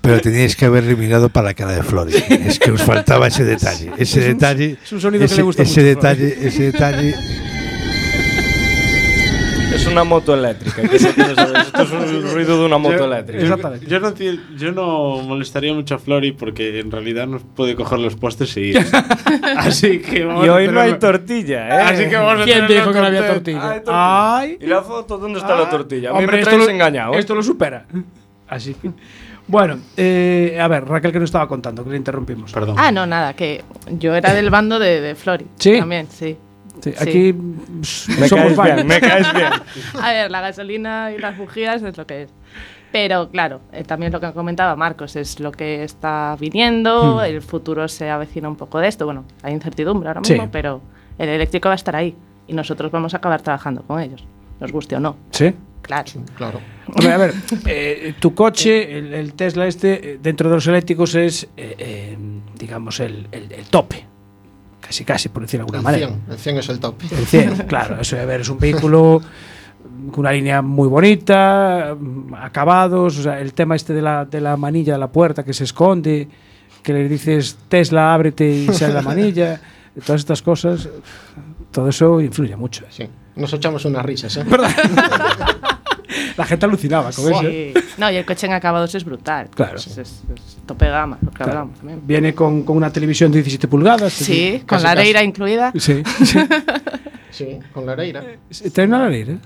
G: Pero teníais que haber eliminado para la cara de Flori. Es que os faltaba ese detalle. Ese
A: Es un-
G: detalle.
A: es un sonido que
G: ese-
A: le gusta
G: ese
A: mucho,
G: Detalle,
A: Flori.
G: Ese detalle.
M: Es una moto eléctrica. que se quiere saber. Esto es un ruido de una moto eléctrica.
F: Exactamente. Yo no, ti- yo no molestaría mucho a Flori porque en realidad nos puede coger los postres y ir. Así que vamos
M: Y
F: a
M: hoy no hay
F: tenerlo-
M: tortilla, ¿eh?
F: Así que vamos a
M: ¿Quién
F: tenerlo
M: dijo que no había
F: contento.
M: tortilla?
F: Ay,
A: Ay. Ah,
M: ¿Y la foto? ¿Dónde está la tortilla? A mí
A: Hombre,
M: me
A: esto
M: traes
A: lo,
M: engañado. ¿eh?
A: esto lo supera. Así que. Bueno, eh, a ver, Raquel, que nos estaba contando, que le interrumpimos.
F: Perdón.
R: Ah, no, nada, que yo era del bando de, de Flori.
A: Sí.
R: También, sí.
A: Sí,
R: Sí.
A: aquí mm,
M: Me
A: somos
M: caes
A: varios.
M: bien, me caes bien.
R: A ver, la gasolina y las bujías es lo que es. Pero claro, eh, también lo que comentaba Marcos es lo que está viniendo,
A: Hmm.
R: el futuro se avecina un poco de esto. Bueno, hay incertidumbre ahora
A: Sí.
R: mismo, pero el eléctrico va a estar ahí y nosotros vamos a acabar trabajando con ellos, nos guste o no.
A: Sí.
R: Claro. claro.
A: Hombre, a ver, eh, tu coche, el, el Tesla este, eh, dentro de los eléctricos es, eh, eh, digamos, el, el- el tope. Casi, casi, por decirlo de alguna
S: El
A: manera.
S: 100, el 100 es el top.
A: El 100, claro. Eso, a ver, es un vehículo con una línea muy bonita, mm, acabados, o sea, el tema este de la, de la manilla de la puerta que se esconde, que le dices Tesla, ábrete y sale la manilla, todas estas cosas, todo eso influye mucho.
S: Nos echamos unas risas, ¿eh?
A: La gente alucinaba con eso. ¿eh?
R: Sí. No, y el coche en acabados es brutal.
A: Claro.
R: Es, es- es tope gama, lo que
A: Claro.
R: hablamos también.
A: Viene con, con una televisión de 17 pulgadas.
R: Sí, con
A: Casi,
R: la
A: casi.
R: areira incluida.
A: Sí, sí.
S: Sí, con la areira.
A: ¿Tiene una areira?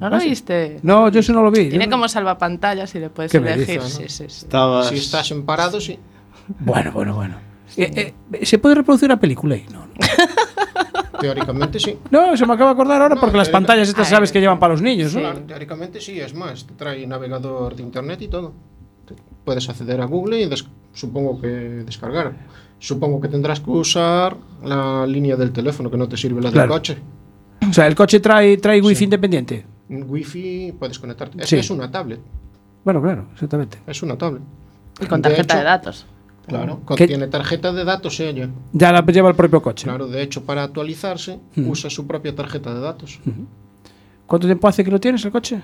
R: ¿No lo
A: Ah, sí.
R: viste?
A: No, yo eso no lo vi. yo
R: Tiene
A: no-
R: como salvapantallas y le puedes
A: ¿Qué me
R: elegir.
A: dices?
R: Sí, sí, sí.
F: Estabas-
S: Si estás en parado, sí.
A: Bueno, bueno, bueno. Eh, eh, ¿Se puede reproducir una película ahí? No,
S: Teóricamente sí.
A: no se me acaba de acordar ahora porque las
S: teórica-
A: pantallas estas
S: Ah,
A: sabes que
S: eh,
A: llevan para los niños, ¿no?
S: Claro, teóricamente sí, es más, te trae navegador de internet y todo. Te- Puedes acceder a Google y des- supongo que descargar. Supongo que tendrás que usar la línea del teléfono, que no te sirve la del
A: Claro.
S: coche.
A: O sea, el coche trae, trae wifi independiente.
S: Wi-Fi puedes conectarte. Es
A: Sí.
S: que es una tablet.
A: Bueno, claro, exactamente.
S: Es una tablet.
R: Y con tarjeta de,
S: hecho,
R: datos.
S: Claro, con-
A: ¿Qué?
S: tiene tarjeta de datos ella.
A: Ya la lleva el propio coche.
S: Claro, de hecho, para actualizarse,
A: Ujú.
S: usa su propia tarjeta de datos.
A: ¿Cuánto tiempo hace que lo tienes el coche?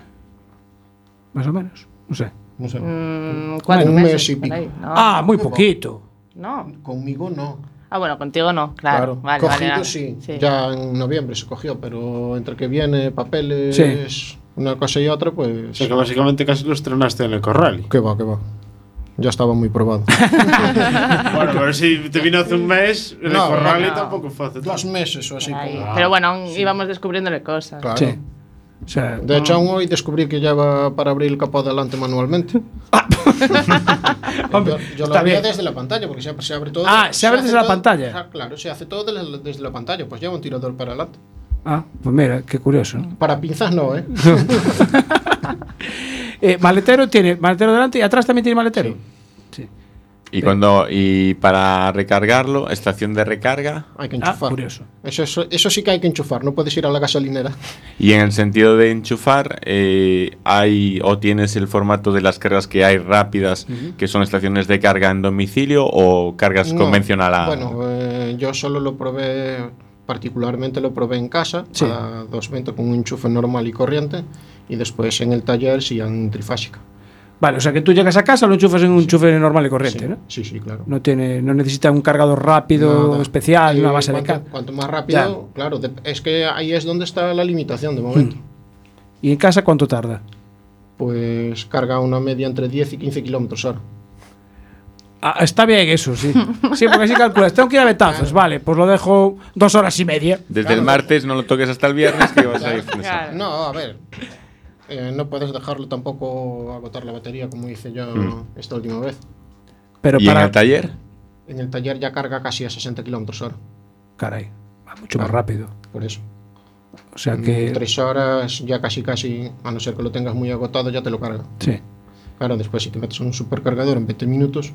A: Más o menos. No sé.
S: No sé.
R: Mm, cuatro
S: un mes
R: meses
S: y
R: por
S: pico.
R: ahí, ¿no?
A: Ah, muy poquito.
R: No.
S: Conmigo no.
R: Ah, bueno, contigo no, claro. Vale,
S: Cogido
R: vale, vale.
S: sí. Ya en noviembre se cogió, pero entre que viene papeles,
F: Sí.
S: una cosa y otra,
F: O
S: pues.
F: sea que básicamente casi lo estrenaste en el corral.
S: Que va, que va. Ya estaba muy probado.
F: Bueno, pero si te vino hace un mes, en
S: No,
F: el corral
S: no.
F: y tampoco fue hace
S: Dos meses o así.
R: Ahí.
S: como- Ah,
R: Pero bueno, aún íbamos descubriéndole cosas.
S: Claro.
A: Sí. O sea,
S: De hecho, aún hoy descubrí que ya va para abrir el capó adelante manualmente.
A: Ah. Hombre,
S: Yo lo
A: está
S: abría
A: bien.
S: desde la pantalla, porque siempre se abre todo.
A: Ah, se abre
S: hace
A: desde la
S: todo-
A: pantalla.
S: Ah, claro, se hace todo desde la, desde la pantalla, pues lleva un tirador para adelante.
A: Ah, pues mira, qué curioso.
S: Para pinzas no, ¿eh?
A: Eh, maletero tiene, maletero delante y atrás también tiene maletero.
I: Y cuando y para recargarlo, estación de recarga.
S: Hay que enchufar.
A: Ah, curioso.
S: Eso, eso, eso sí que hay que enchufar, no puedes ir a la gasolinera.
I: Y en el sentido de enchufar, eh, hay o tienes el formato de las cargas que hay rápidas,
S: Ujú.
I: que son estaciones de carga en domicilio o cargas
S: No,
I: convencional a-
S: Bueno, eh, yo solo lo probé, particularmente lo probé en casa,
I: Sí.
S: a 220 con un enchufe normal y corriente, y después en el taller sí en trifásica.
A: Vale, o sea que tú llegas a casa, lo enchufas en un enchufe normal y corriente, ¿no?
S: Sí, sí, claro.
A: No tiene, no necesita un cargador rápido,
S: Nada.
A: especial,
S: Eh,
A: Ah, una base de
S: cuanto,
A: carga.
S: cuanto más rápido, claro, de- es que ahí es donde está la limitación de momento.
A: ¿Y en casa cuánto tarda? Hmm.
S: Pues carga una media entre 10 y 15 kilómetros ahora.
A: Ah, está bien eso, sí. Sí, porque así calculas. Tengo que ir a Betazos, vale, pues lo dejo dos horas y media.
I: Desde el martes no lo toques hasta el viernes que vas a ir. fin de semana.
S: No, a ver. eh, no puedes dejarlo tampoco agotar la batería como hice yo
I: Mm.
S: esta última vez.
A: Pero
I: ¿Y
A: para.
I: en el taller?
S: En el taller ya carga casi a 60 kilómetros hora.
A: Caray, va mucho más rápido.
S: Por eso.
A: O sea que.
S: En tres horas, ya casi casi, a no ser que lo tengas muy agotado, ya te lo carga.
A: Sí.
S: Claro, después si te metes en un supercargador en 20 minutos,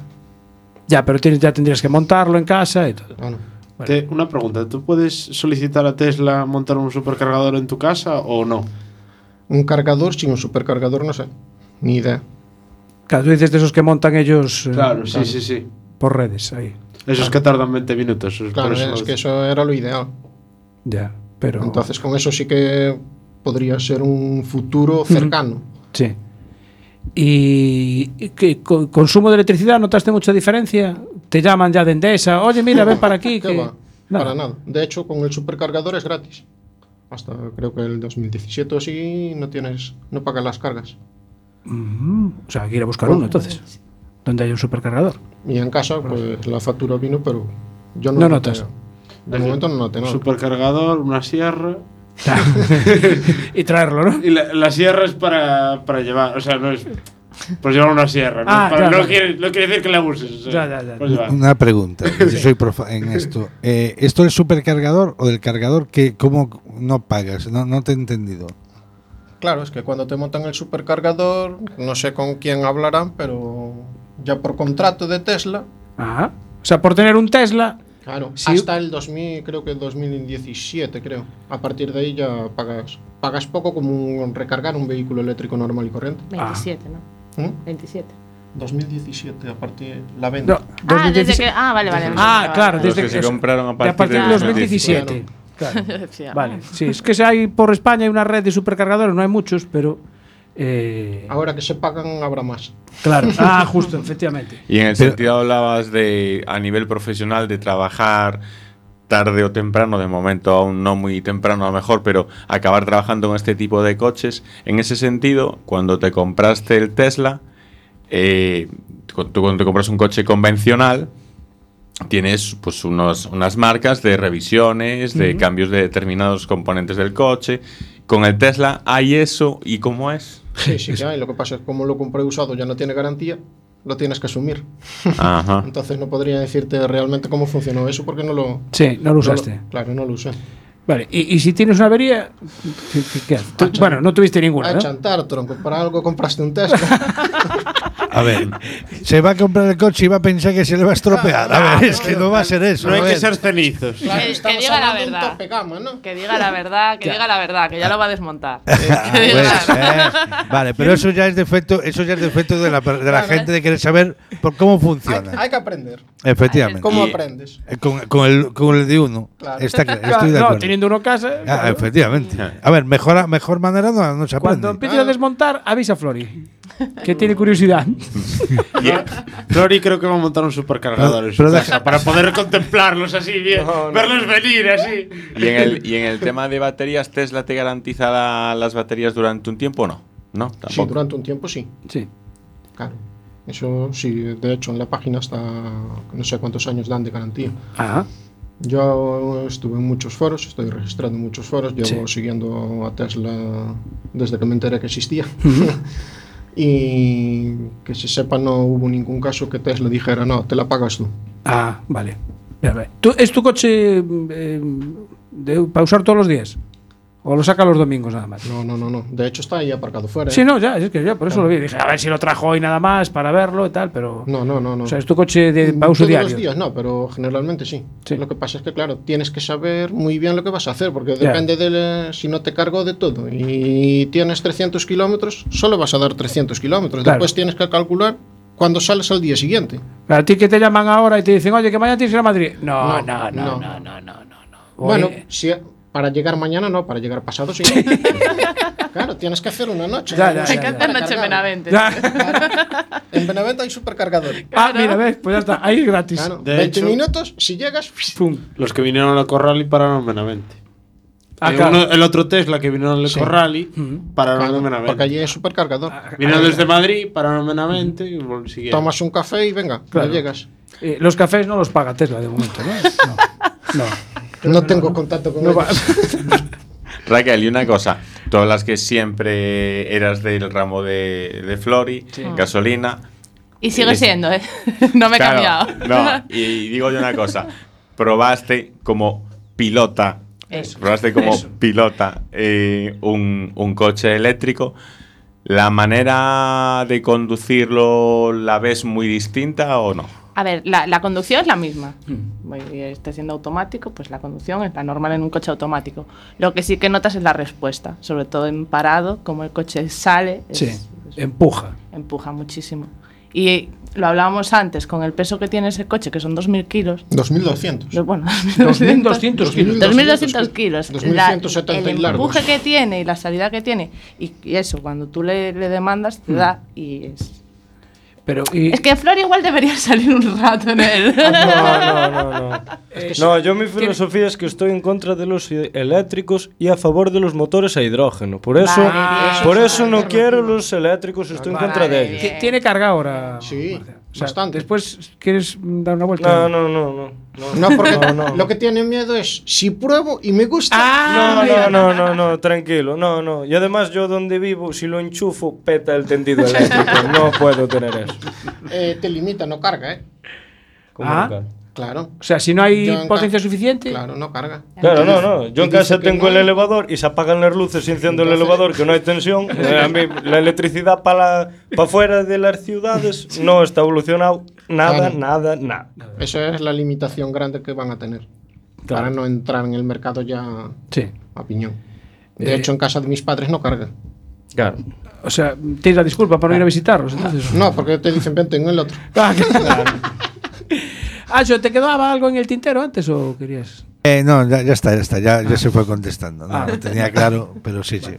A: Ya, pero tienes, ya tendrías que montarlo en casa y todo.
F: Te- una pregunta, ¿tú puedes solicitar a Tesla montar un supercargador en tu casa o no?
S: un cargador sin un supercargador, no sé, ni idea.
A: Claro, tú dices de esos que montan ellos. eh,
F: Claro, sí, sí, sí.
A: Por redes, ahí.
F: Esos que tardan 20 minutos. esos-
S: Claro,
F: por eso
S: es
F: lo-
S: que eso era lo ideal.
A: Ya, pero.
S: Entonces con eso sí que podría ser un futuro cercano.
A: Sí. ¿Y y que, co- consumo de electricidad notaste mucha diferencia? Te llaman ya de Endesa, oye, mira, ven para aquí.
S: ¿Qué
A: que-
S: va? Para nada. De hecho, con el supercargador es gratis. Hasta creo que el 2017 o así no tienes, no pagas las cargas.
A: Mm, o sea, hay que ir a buscar
S: Bueno.
A: uno entonces. Donde hay un supercargador.
S: Y en casa, pues la factura vino, pero yo no,
A: No
S: noté.
A: notas.
S: De momento no noté nada.
F: Supercargador, una sierra.
A: y traerlo, ¿no?
F: Y la, la sierra es para, para llevar, o sea, no es. Pues llevar una sierra, ¿no?
A: Ah,
F: Para-
A: ya,
F: no,
A: vale.
F: quiere, no quiere decir que la uses. o sea, pues llevar.
G: Una pregunta, yo soy profa en esto. Eh, ¿Esto del supercargador o del cargador que cómo no pagas? No, no te he entendido.
S: Claro, es que cuando te montan el supercargador, no sé con quién hablarán, pero ya por contrato de Tesla,
A: Ajá. O sea, por tener un Tesla.
S: claro,
A: Sí.
S: hasta el 2000, creo que 2017, creo. A partir de ahí ya pagas pagas poco como un- recargar un vehículo eléctrico normal y corriente.
R: 27,
S: Ah.
R: ¿no?
S: ¿Mm?
R: 27.
S: 2017, a partir la
A: No,
S: venta.
R: Ah, desde que. Ah, vale, vale. vale,
A: Ah,
R: vale,
A: claro,
R: vale.
A: desde
T: que se compraron a
A: de
T: partir
A: partir
T: del
A: de 2017.
T: 2017.
A: Claro.
R: Sí,
A: Vale, sí, es que si hay por España hay una red de supercargadores, no hay muchos, pero. eh,
S: Ahora que se pagan, habrá más.
A: claro, ah, justo, efectivamente.
I: Y en el sentido hablabas de a nivel profesional de trabajar tarde o temprano, de momento aún no muy temprano a lo mejor, pero acabar trabajando en este tipo de coches. En ese sentido, cuando te compraste el Tesla, eh, cu- tú cuando te compras un coche convencional, tienes pues unos, unas marcas de revisiones, de
T: Ujú.
I: cambios de determinados componentes del coche. Con el Tesla hay eso y cómo es.
S: Sí, sí, que hay. Lo que pasa es que como lo compré usado ya no tiene garantía, lo tienes que asumir.
A: Ah.
I: Ajá.
S: Entonces no podría decirte realmente cómo funcionó eso porque no lo...
A: Sí, no lo usaste.
S: claro, no lo usé.
A: Vale, y, y si tienes una avería, ¿qué- qué- qué haces? Tú- bueno, no tuviste ninguna,
S: A
A: ¿no?
S: chantar, tronco. Para algo compraste un Tesla.
G: A ver, se va a comprar el coche y va a pensar que se le va a estropear.
A: Ah,
G: A ver, es que no va a ser eso.
F: No hay
G: a
F: que
G: ver.
F: ser cenizos.
R: Que- Que,
S: estamos
R: diga la
S: hablando de
R: verdad.
S: un
R: Que diga la verdad, que
G: Ya.
R: diga la verdad, que ya lo va a desmontar.
G: Ah,
R: Que diga la
G: pues, eh,
R: verdad.
G: Vale, pero eso ya es defecto, eso ya es defecto de la, de la gente de querer saber por cómo funciona.
S: Hay que aprender.
G: Efectivamente.
S: ¿Cómo
G: Y-
S: aprendes?
G: Eh, Con, con el, con el de uno. Está claro, estoy de
A: no,
G: acuerdo.
A: teniendo uno casa.
G: Ah,
A: claro.
G: efectivamente.
I: Ah.
G: A ver, mejor, mejor manera no, no se aprende.
A: Cuando empieces a desmontar, avisa a Flori, que tiene curiosidad.
F: Flori creo que va a montar un supercargador en su
G: pero
F: casa
G: deja-
F: para poder contemplarlos así bien, verlos venir así.
I: Y en, el, y en el tema de baterías, ¿Tesla te garantiza la- las baterías durante un tiempo o no? No,
S: Sí,
I: tampoco.
S: durante un tiempo sí.
A: Sí.
S: Claro. Eso sí, de hecho en la página hasta no sé cuántos años dan de garantía.
A: Ajá.
S: Yo estuve en muchos foros, estoy registrado en muchos foros, llevo
A: Sí.
S: siguiendo a Tesla desde que me enteré que existía. y que se sepa, no hubo ningún caso que Tesla dijera, no, te la pagas tú.
A: Ah, vale. Mira, vale. ¿Tú- ¿Es tu coche eh, de, para usar todos los días? ¿O lo saca los domingos nada más?
S: No, no, no, no. De hecho está ahí aparcado fuera. ¿eh?
A: Sí, no, ya, es que ya, por eso lo vi. Dije, a ver si lo trajo hoy nada más para verlo y tal, pero.
S: No, no, no, no.
A: O sea, es tu coche de, para uso
S: Mm, Todos
A: diario.
S: los días no, pero generalmente sí. Lo que pasa es que, claro, tienes que saber muy bien lo que vas a hacer, porque
A: Ya.
S: depende de si no te cargo de todo. Y tienes 300 kilómetros, solo vas a dar 300 kilómetros.
A: Claro.
S: Después tienes que calcular cuándo sales al día siguiente.
A: A ti que te llaman ahora y te dicen, oye, que mañana tienes que ir a Madrid. No, no, no, no. no,
S: Bueno,
A: Oye.
S: si, para llegar mañana no, para llegar pasado Pues sí. claro, tienes que hacer una noche.
A: Ya,
S: ¿no?
A: ya,
S: Sí,
A: ya, ya.
S: para
R: Esta noche en
S: cargar.
R: Benavente.
S: Claro. En Benavente hay supercargador.
A: Ah, mira, ves, pues ya está, ahí es gratis.
S: Claro,
F: De
S: 20
F: hecho-
S: minutos, si llegas,
F: Los que vinieron a Corrali pararon en Benavente.
A: Ah,
F: Eh,
A: claro.
F: uno- el otro Tesla que vino al
S: Sí.
F: Corrali pararon en Benavente.
S: porque allí hay supercargador.
A: Ah,
F: Vinieron desde Madrid, pararon en Benavente y vol- siguieron.
S: Tomas un café y venga,
A: Claro.
S: ya llegas.
A: Eh, los cafés no los paga Tesla de momento, ¿no? No.
S: No, tengo contacto con
A: No
S: ellos.
A: va-
I: Raquel, y una cosa. Todas las que siempre eras del ramo de, de Flori,
R: Sí.
I: gasolina.
R: Y sigo
I: Es-
R: siendo, ¿eh? No me he cambiado.
I: Claro, No, y digo yo una cosa. Probaste como pilota
R: Eso.
I: Probaste como
R: Eso.
I: pilota eh, un, un coche eléctrico. ¿La manera de conducirlo la ves muy distinta o no?
R: A ver, la, la conducción es la misma.
A: Mm.
R: Voy- Esté siendo automático, pues la conducción es la normal en un coche automático. Lo que sí que notas es la respuesta, sobre todo en parado, como el coche sale, es-
A: Sí, empuja.
R: empuja muchísimo. Y eh, lo hablábamos antes, con el peso que tiene ese coche, que son 2.000 kilos.
S: 2200.
R: Lo- Bueno,
S: 2200 kilos.
R: 2200 kilos.
S: 2170
R: La-
S: y
R: el
S: largos.
R: empuje que tiene y la salida que tiene. Y, y eso, cuando tú le, le demandas, te
A: Mm.
R: da y es...
A: Pero, y-
R: Es que Flor igual debería salir un rato en él.
S: Ah,
M: No, no, no. No, yo mi filosofía es que estoy en contra de los i- eléctricos y a favor de los motores a hidrógeno. Por eso,
A: Vale, bien.
M: por eso no quiero los eléctricos, estoy en contra de ellos.
A: Ti- Tiene carga ahora.
S: Sí,
A: bastante. Después quieres dar una
M: No,
A: vuelta.
M: no, no, no.
S: No, Ah, porque
M: No, no.
S: lo que tiene miedo es si pruebo y me gusta.
A: Ah,
M: No, no, no, no, no, tranquilo, no, no. Y además yo donde vivo, si lo enchufo, peta el tendido eléctrico. No puedo tener eso.
S: Eh, te limita, no carga, ¿eh?
M: ¿Cómo
A: Ah.
M: no carga?
S: Claro.
A: O sea, si no hay
S: Yo en ca-
A: potencia suficiente.
S: Claro, no carga.
M: Claro, no, no. Yo en
S: Dice
M: casa
S: que
M: tengo
S: no
M: el
S: hay-
M: elevador y se apagan las luces y enciendo el elevador, que no hay tensión. Eh, A mí la electricidad para fuera de las ciudades no está evolucionado nada,
S: Claro.
M: nada, nada.
S: Esa es la limitación grande que van a tener. Para no entrar en el mercado ya
A: Sí.
S: a piñón. De
A: Eh,
S: hecho, en casa de mis padres no carga.
M: Claro.
A: O sea, tienes la disculpa para no ir a visitarlos. Entonces.
S: No, porque te dicen, vente en el otro.
A: Ah, yo ¿te quedaba algo en el tintero antes o querías?
G: Eh, no, ya, ya está, ya está, ya,
I: Ah.
G: ya se fue contestando. No,
A: Ah.
G: Lo tenía claro, pero sí, sí.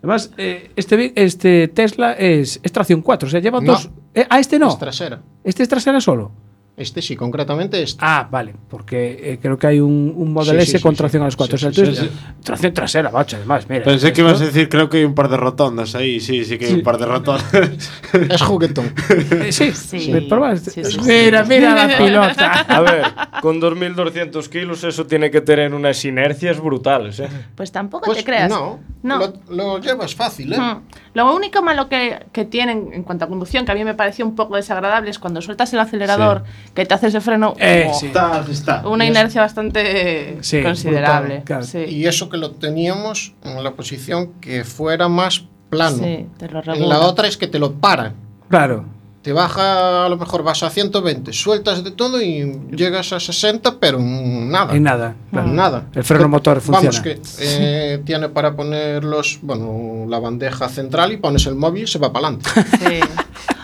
A: Además, eh, este, vi- este Tesla es, es tracción 4, o sea, lleva dos. eh, ah, este no.
S: Es trasera.
A: Este es trasera solo.
S: Este sí, concretamente este.
A: Ah, vale, porque eh, creo que hay un, un Model
S: Sí, sí,
A: S
S: sí,
A: con
S: sí.
A: tracción a las 4.
S: Sí,
A: o
S: sí,
A: sea, tú
S: sí,
A: eres- tracción trasera, macho, además, mira.
F: Pensé que ibas a
A: esto-
F: decir, creo que hay un par de rotondas ahí. Sí, sí que hay un par de rotondas.
S: Es juguetón.
A: Eh, Sí, este,
M: Sí.
A: me probaste.
M: Sí, sí, sí.
A: mira, mira la pilota.
M: A ver, con 2.200 kilos eso tiene que tener unas inercias brutales, ¿eh?
R: Pues tampoco
S: Pues
R: te creas.
S: no,
R: No.
S: Lo, lo llevas fácil, ¿eh?
R: Mm. Lo único malo que, que tienen en cuanto a conducción, que a mí me pareció un poco desagradable, es cuando sueltas el acelerador, que te haces el freno.
S: Eh,
R: ¡oh!
S: sí. Está- está.
R: Una
S: Y es-
R: inercia bastante
S: Sí,
R: considerable.
S: brutal, Y eso que lo teníamos en la posición que fuera más plano.
R: Sí, te lo
S: en
R: regula.
S: la otra es que te lo para.
A: Claro.
S: Te baja, a lo mejor vas a 120, sueltas de todo y llegas a 60, pero en nada.
A: En nada, claro.
S: En nada.
A: El freno motor
S: Vamos,
A: funciona.
S: que eh, tiene para poner los, bueno, la bandeja central y pones el móvil y se va para adelante.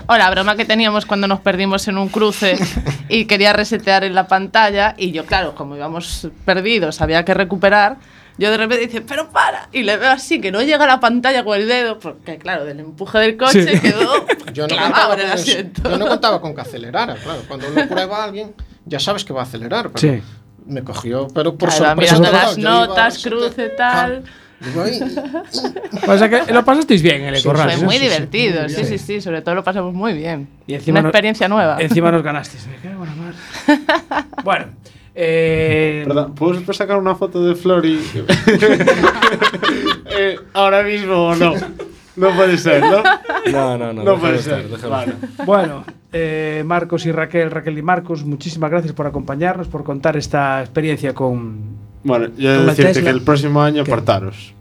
R: O Oh, la broma que teníamos cuando nos perdimos en un cruce y quería resetear en la pantalla y yo, claro, como íbamos perdidos, había que recuperar, yo de repente dice, pero para, y le veo así, que no llega a la pantalla con el dedo, porque claro, del empuje del coche
S: Sí.
R: quedó
S: Yo no,
R: clavado
S: contaba
R: en el
S: con eso.
R: asiento.
S: Yo no contaba con que acelerara, claro. Cuando lo prueba alguien, ya sabes que va a acelerar. Pero
A: Sí.
S: Me cogió, pero por
R: Claro,
S: sorpresa.
R: mirando
S: total.
R: las
S: Yo iba-
R: notas, cruce, tal.
S: digo, "Ay".
A: O sea que lo pasasteis bien en el corral.
R: Fue
A: ¿no?
R: muy
A: Sí, sí.
R: divertido,
A: Muy
R: sí,
A: bien.
R: sí, sí, sobre todo lo pasamos muy bien.
A: Y encima
R: Una
A: no-
R: experiencia nueva.
A: Encima nos ganasteis. Me cago en la mar. Bueno, eh,
F: Perdón, ¿puedo después sacar una foto de Flor y- Eh, ahora mismo o no? No puede ser, ¿no?
M: No, no, no.
F: No
M: déjalo
F: puede
M: estar,
F: ser.
M: déjalo
F: Vale.
M: estar.
A: Bueno, eh, Marcos y Raquel, Raquel y Marcos, muchísimas gracias por acompañarnos, por contar esta experiencia con.
F: Bueno, yo he de
A: Con la
F: decirte
A: Tesla.
F: que el próximo año apartaros.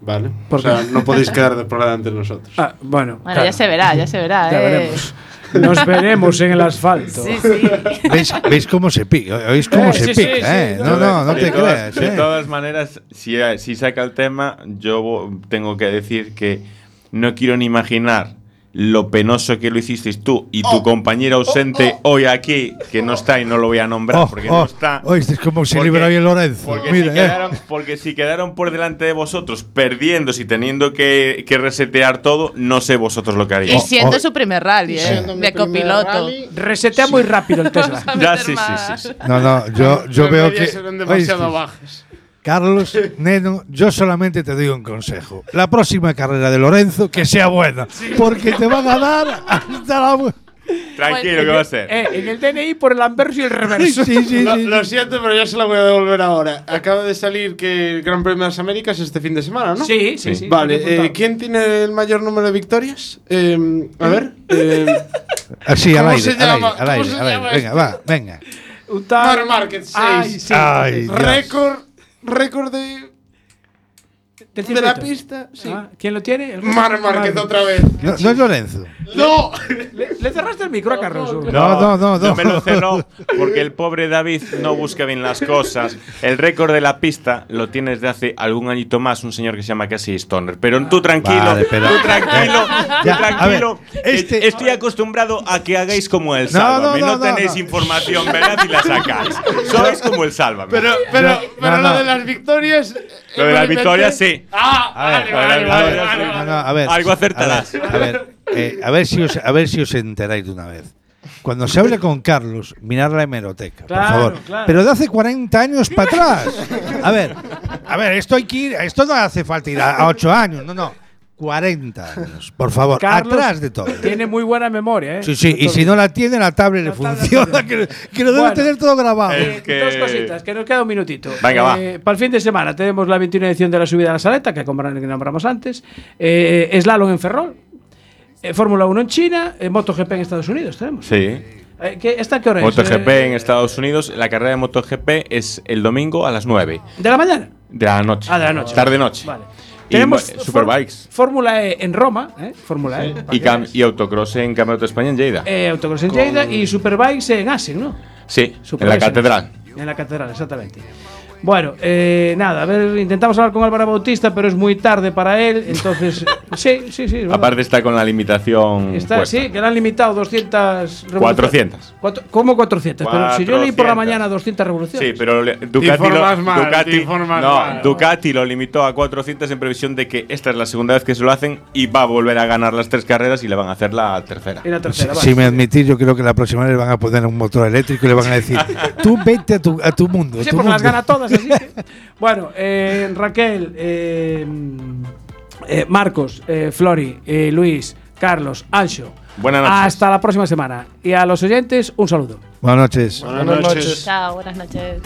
F: ¿Vale?
A: ¿Por
F: o sea,
A: qué?
F: no podéis quedar de por delante de nosotros.
A: Ah, bueno.
R: Bueno, ya se verá, ya se verá.
A: Ya
R: eh.
A: veremos. Nos veremos en el asfalto.
R: Sí, sí.
G: ¿Veis, veis cómo se pica? ¿Veis cómo
A: Eh,
G: se
A: sí, sí,
G: pica?
A: sí,
G: eh?
A: sí,
G: no, no, no
I: De
G: te
I: todas-
G: creas.
I: De
G: eh.
I: todas maneras, si, eh, si saca el tema, yo vo- tengo que decir que no quiero ni imaginar lo penoso que lo hicisteis tú y tu
R: Oh.
I: compañero ausente hoy aquí, que no está y no lo voy a nombrar
G: Oh,
I: porque
G: oh,
I: no está.
G: oh, este es como se
I: Porque-
G: libra hoy el Lorenzo.
I: Porque,
G: Mira,
I: si
G: eh.
I: quedaron, porque si quedaron por delante de vosotros perdiendo y teniendo que, que resetear todo, no sé vosotros lo que haríais.
R: Y
G: Oh,
R: siendo su primer rally,
S: Y
R: ¿eh?
S: siendo mi
R: de
S: primer
R: copiloto.
S: rally,
A: Resetea muy rápido el Tesla.
I: Ya, sí, sí, sí, sí.
G: No, no, yo, yo
F: Las
G: veo
F: medias
G: que.
F: eran demasiado
G: oíste,
F: bajas.
G: Carlos, Neno, yo solamente te doy un consejo. La próxima carrera de Lorenzo, que sea buena. Porque te van a dar hasta la. mu-
I: Tranquilo, que va a ser.
A: Eh, en el DNI por el anverso y el reverso.
F: lo, lo siento, pero ya se la voy a devolver ahora. Acaba de salir que el Gran Premio de las Américas este fin de semana, ¿no?
A: Sí, sí, Sí. sí,
F: Vale,
A: aquí apuntado.
F: eh, ¿quién tiene el mayor número de victorias? Eh, a ver. eh,
G: Así, al
F: ¿Cómo
G: aire,
F: se
G: al aire,
F: llama?
G: al aire,
F: ¿Cómo se
G: al aire.
F: llama
G: Venga,
F: esto?
G: va, venga.
A: Un tal-
F: Mar Márquez, seis.
A: Ay, sí.
G: Ay, Dios.
F: Récord
E: récord de, de la
A: circuito?
E: pista. Sí.
A: Ah, ¿Quién lo tiene? El-
E: Mar Márquez otra vez.
G: No, no es Lorenzo.
E: ¡No!
A: Le, le cerraste el micro a Carlos.
G: No, no, no, no.
I: me lo cerró porque el pobre David no busca bien las cosas. El récord de la pista lo tienes de hace algún añito más un señor que se llama Casey Stoner. Pero tú tranquilo,
G: Vale, pero- Eh,
I: tú tranquilo, tú
G: Ya, a este-
I: tranquilo. que Estoy acostumbrado a que hagáis como el
G: No,
I: Sálvame.
G: no,
I: No,
G: no, no,
I: tenéis
G: no.
I: información, ¿verdad? Y la sacáis. Sois como el Sálvame.
E: Pero, pero, pero
I: no,
E: lo
I: no.
E: de las victorias. eh,
I: Lo de las
E: inventé.
I: victorias, sí.
E: Ah, vale, vale, vale, vale,
G: No,
E: vale.
G: no, a ver,
I: Algo acertarás.
G: A ver, a ver, eh, a ver si os, a ver si os enteráis de una vez. Cuando se habla con Carlos, mirar la hemeroteca,
L: Claro,
G: por favor.
L: claro.
G: Pero de hace 40 años para atrás. A ver, a ver, esto hay que ir, esto no hace falta ir a 8 años, no, no. 40 años, por favor,
A: Carlos
G: atrás de todo.
A: Tiene muy buena memoria, ¿eh?
G: Sí, sí, y si no la tiene, la tablet le funciona, que, que lo debe
A: Bueno.
G: tener todo grabado.
A: Eh, Dos cositas, que nos queda un minutito.
G: Venga, va.
A: Para el fin de semana tenemos la 21 edición de la subida a la saleta, que compran- que nombramos antes. Eh, slalom en Ferrol. eh, Fórmula 1 en China. eh, MotoGP en Estados Unidos tenemos.
I: Sí.
A: Eh, ¿qué- ¿Esta qué hora es?
I: MotoGP
A: Eh,
I: en Estados Unidos, la carrera de MotoGP es el domingo a las 9
A: ¿De la mañana?
I: de la noche.
A: Ah, de la noche.
I: Tarde noche.
A: Vale.
I: Y
A: Tenemos
I: mo- Superbikes.
A: Fórmula E en Roma. ¿eh? Fórmula E.
I: Y, cam- y autocross en Campeonato de España en Lleida.
A: Eh, Autocross en Lleida y Superbikes en Asen, ¿no?
I: sí, en
A: Superbikes
I: la catedral.
A: En la catedral, exactamente. Bueno, eh, nada, a ver, intentamos hablar con Álvaro Bautista, pero es muy tarde para él, entonces. sí, sí, sí. es verdad.
I: Aparte está con la limitación.
A: Está,
I: puesta.
A: sí, que le han limitado 200 revoluciones.
I: 400.
A: Cuatro- ¿Cómo 400? Pero si yo leí por la
I: 400.
A: mañana 200
I: Sí,
A: revoluciones.
I: pero le- Ducati lo,
A: informas mal,
I: Ducati-
A: te informas
I: no,
A: mal.
I: Ducati lo limitó a 400 en previsión de que esta es la segunda vez que se lo hacen y va a volver a ganar las tres carreras y le van a hacer la tercera.
A: Y la tercera,
G: Si me admitís, yo creo que la próxima vez le van a poner un motor eléctrico y le van a decir, tú vete a tu, a tu mundo.
A: Sí,
G: tu
A: porque las
G: mundo".
A: gana todas, así que- Bueno, eh, Raquel, eh, eh, Marcos, eh, Flori, eh, Luis, Carlos, Ancho.
I: Buenas
U: noches.
A: Hasta la próxima semana. Y a los oyentes, un saludo.
G: Buenas noches.
U: Chao, buenas noches.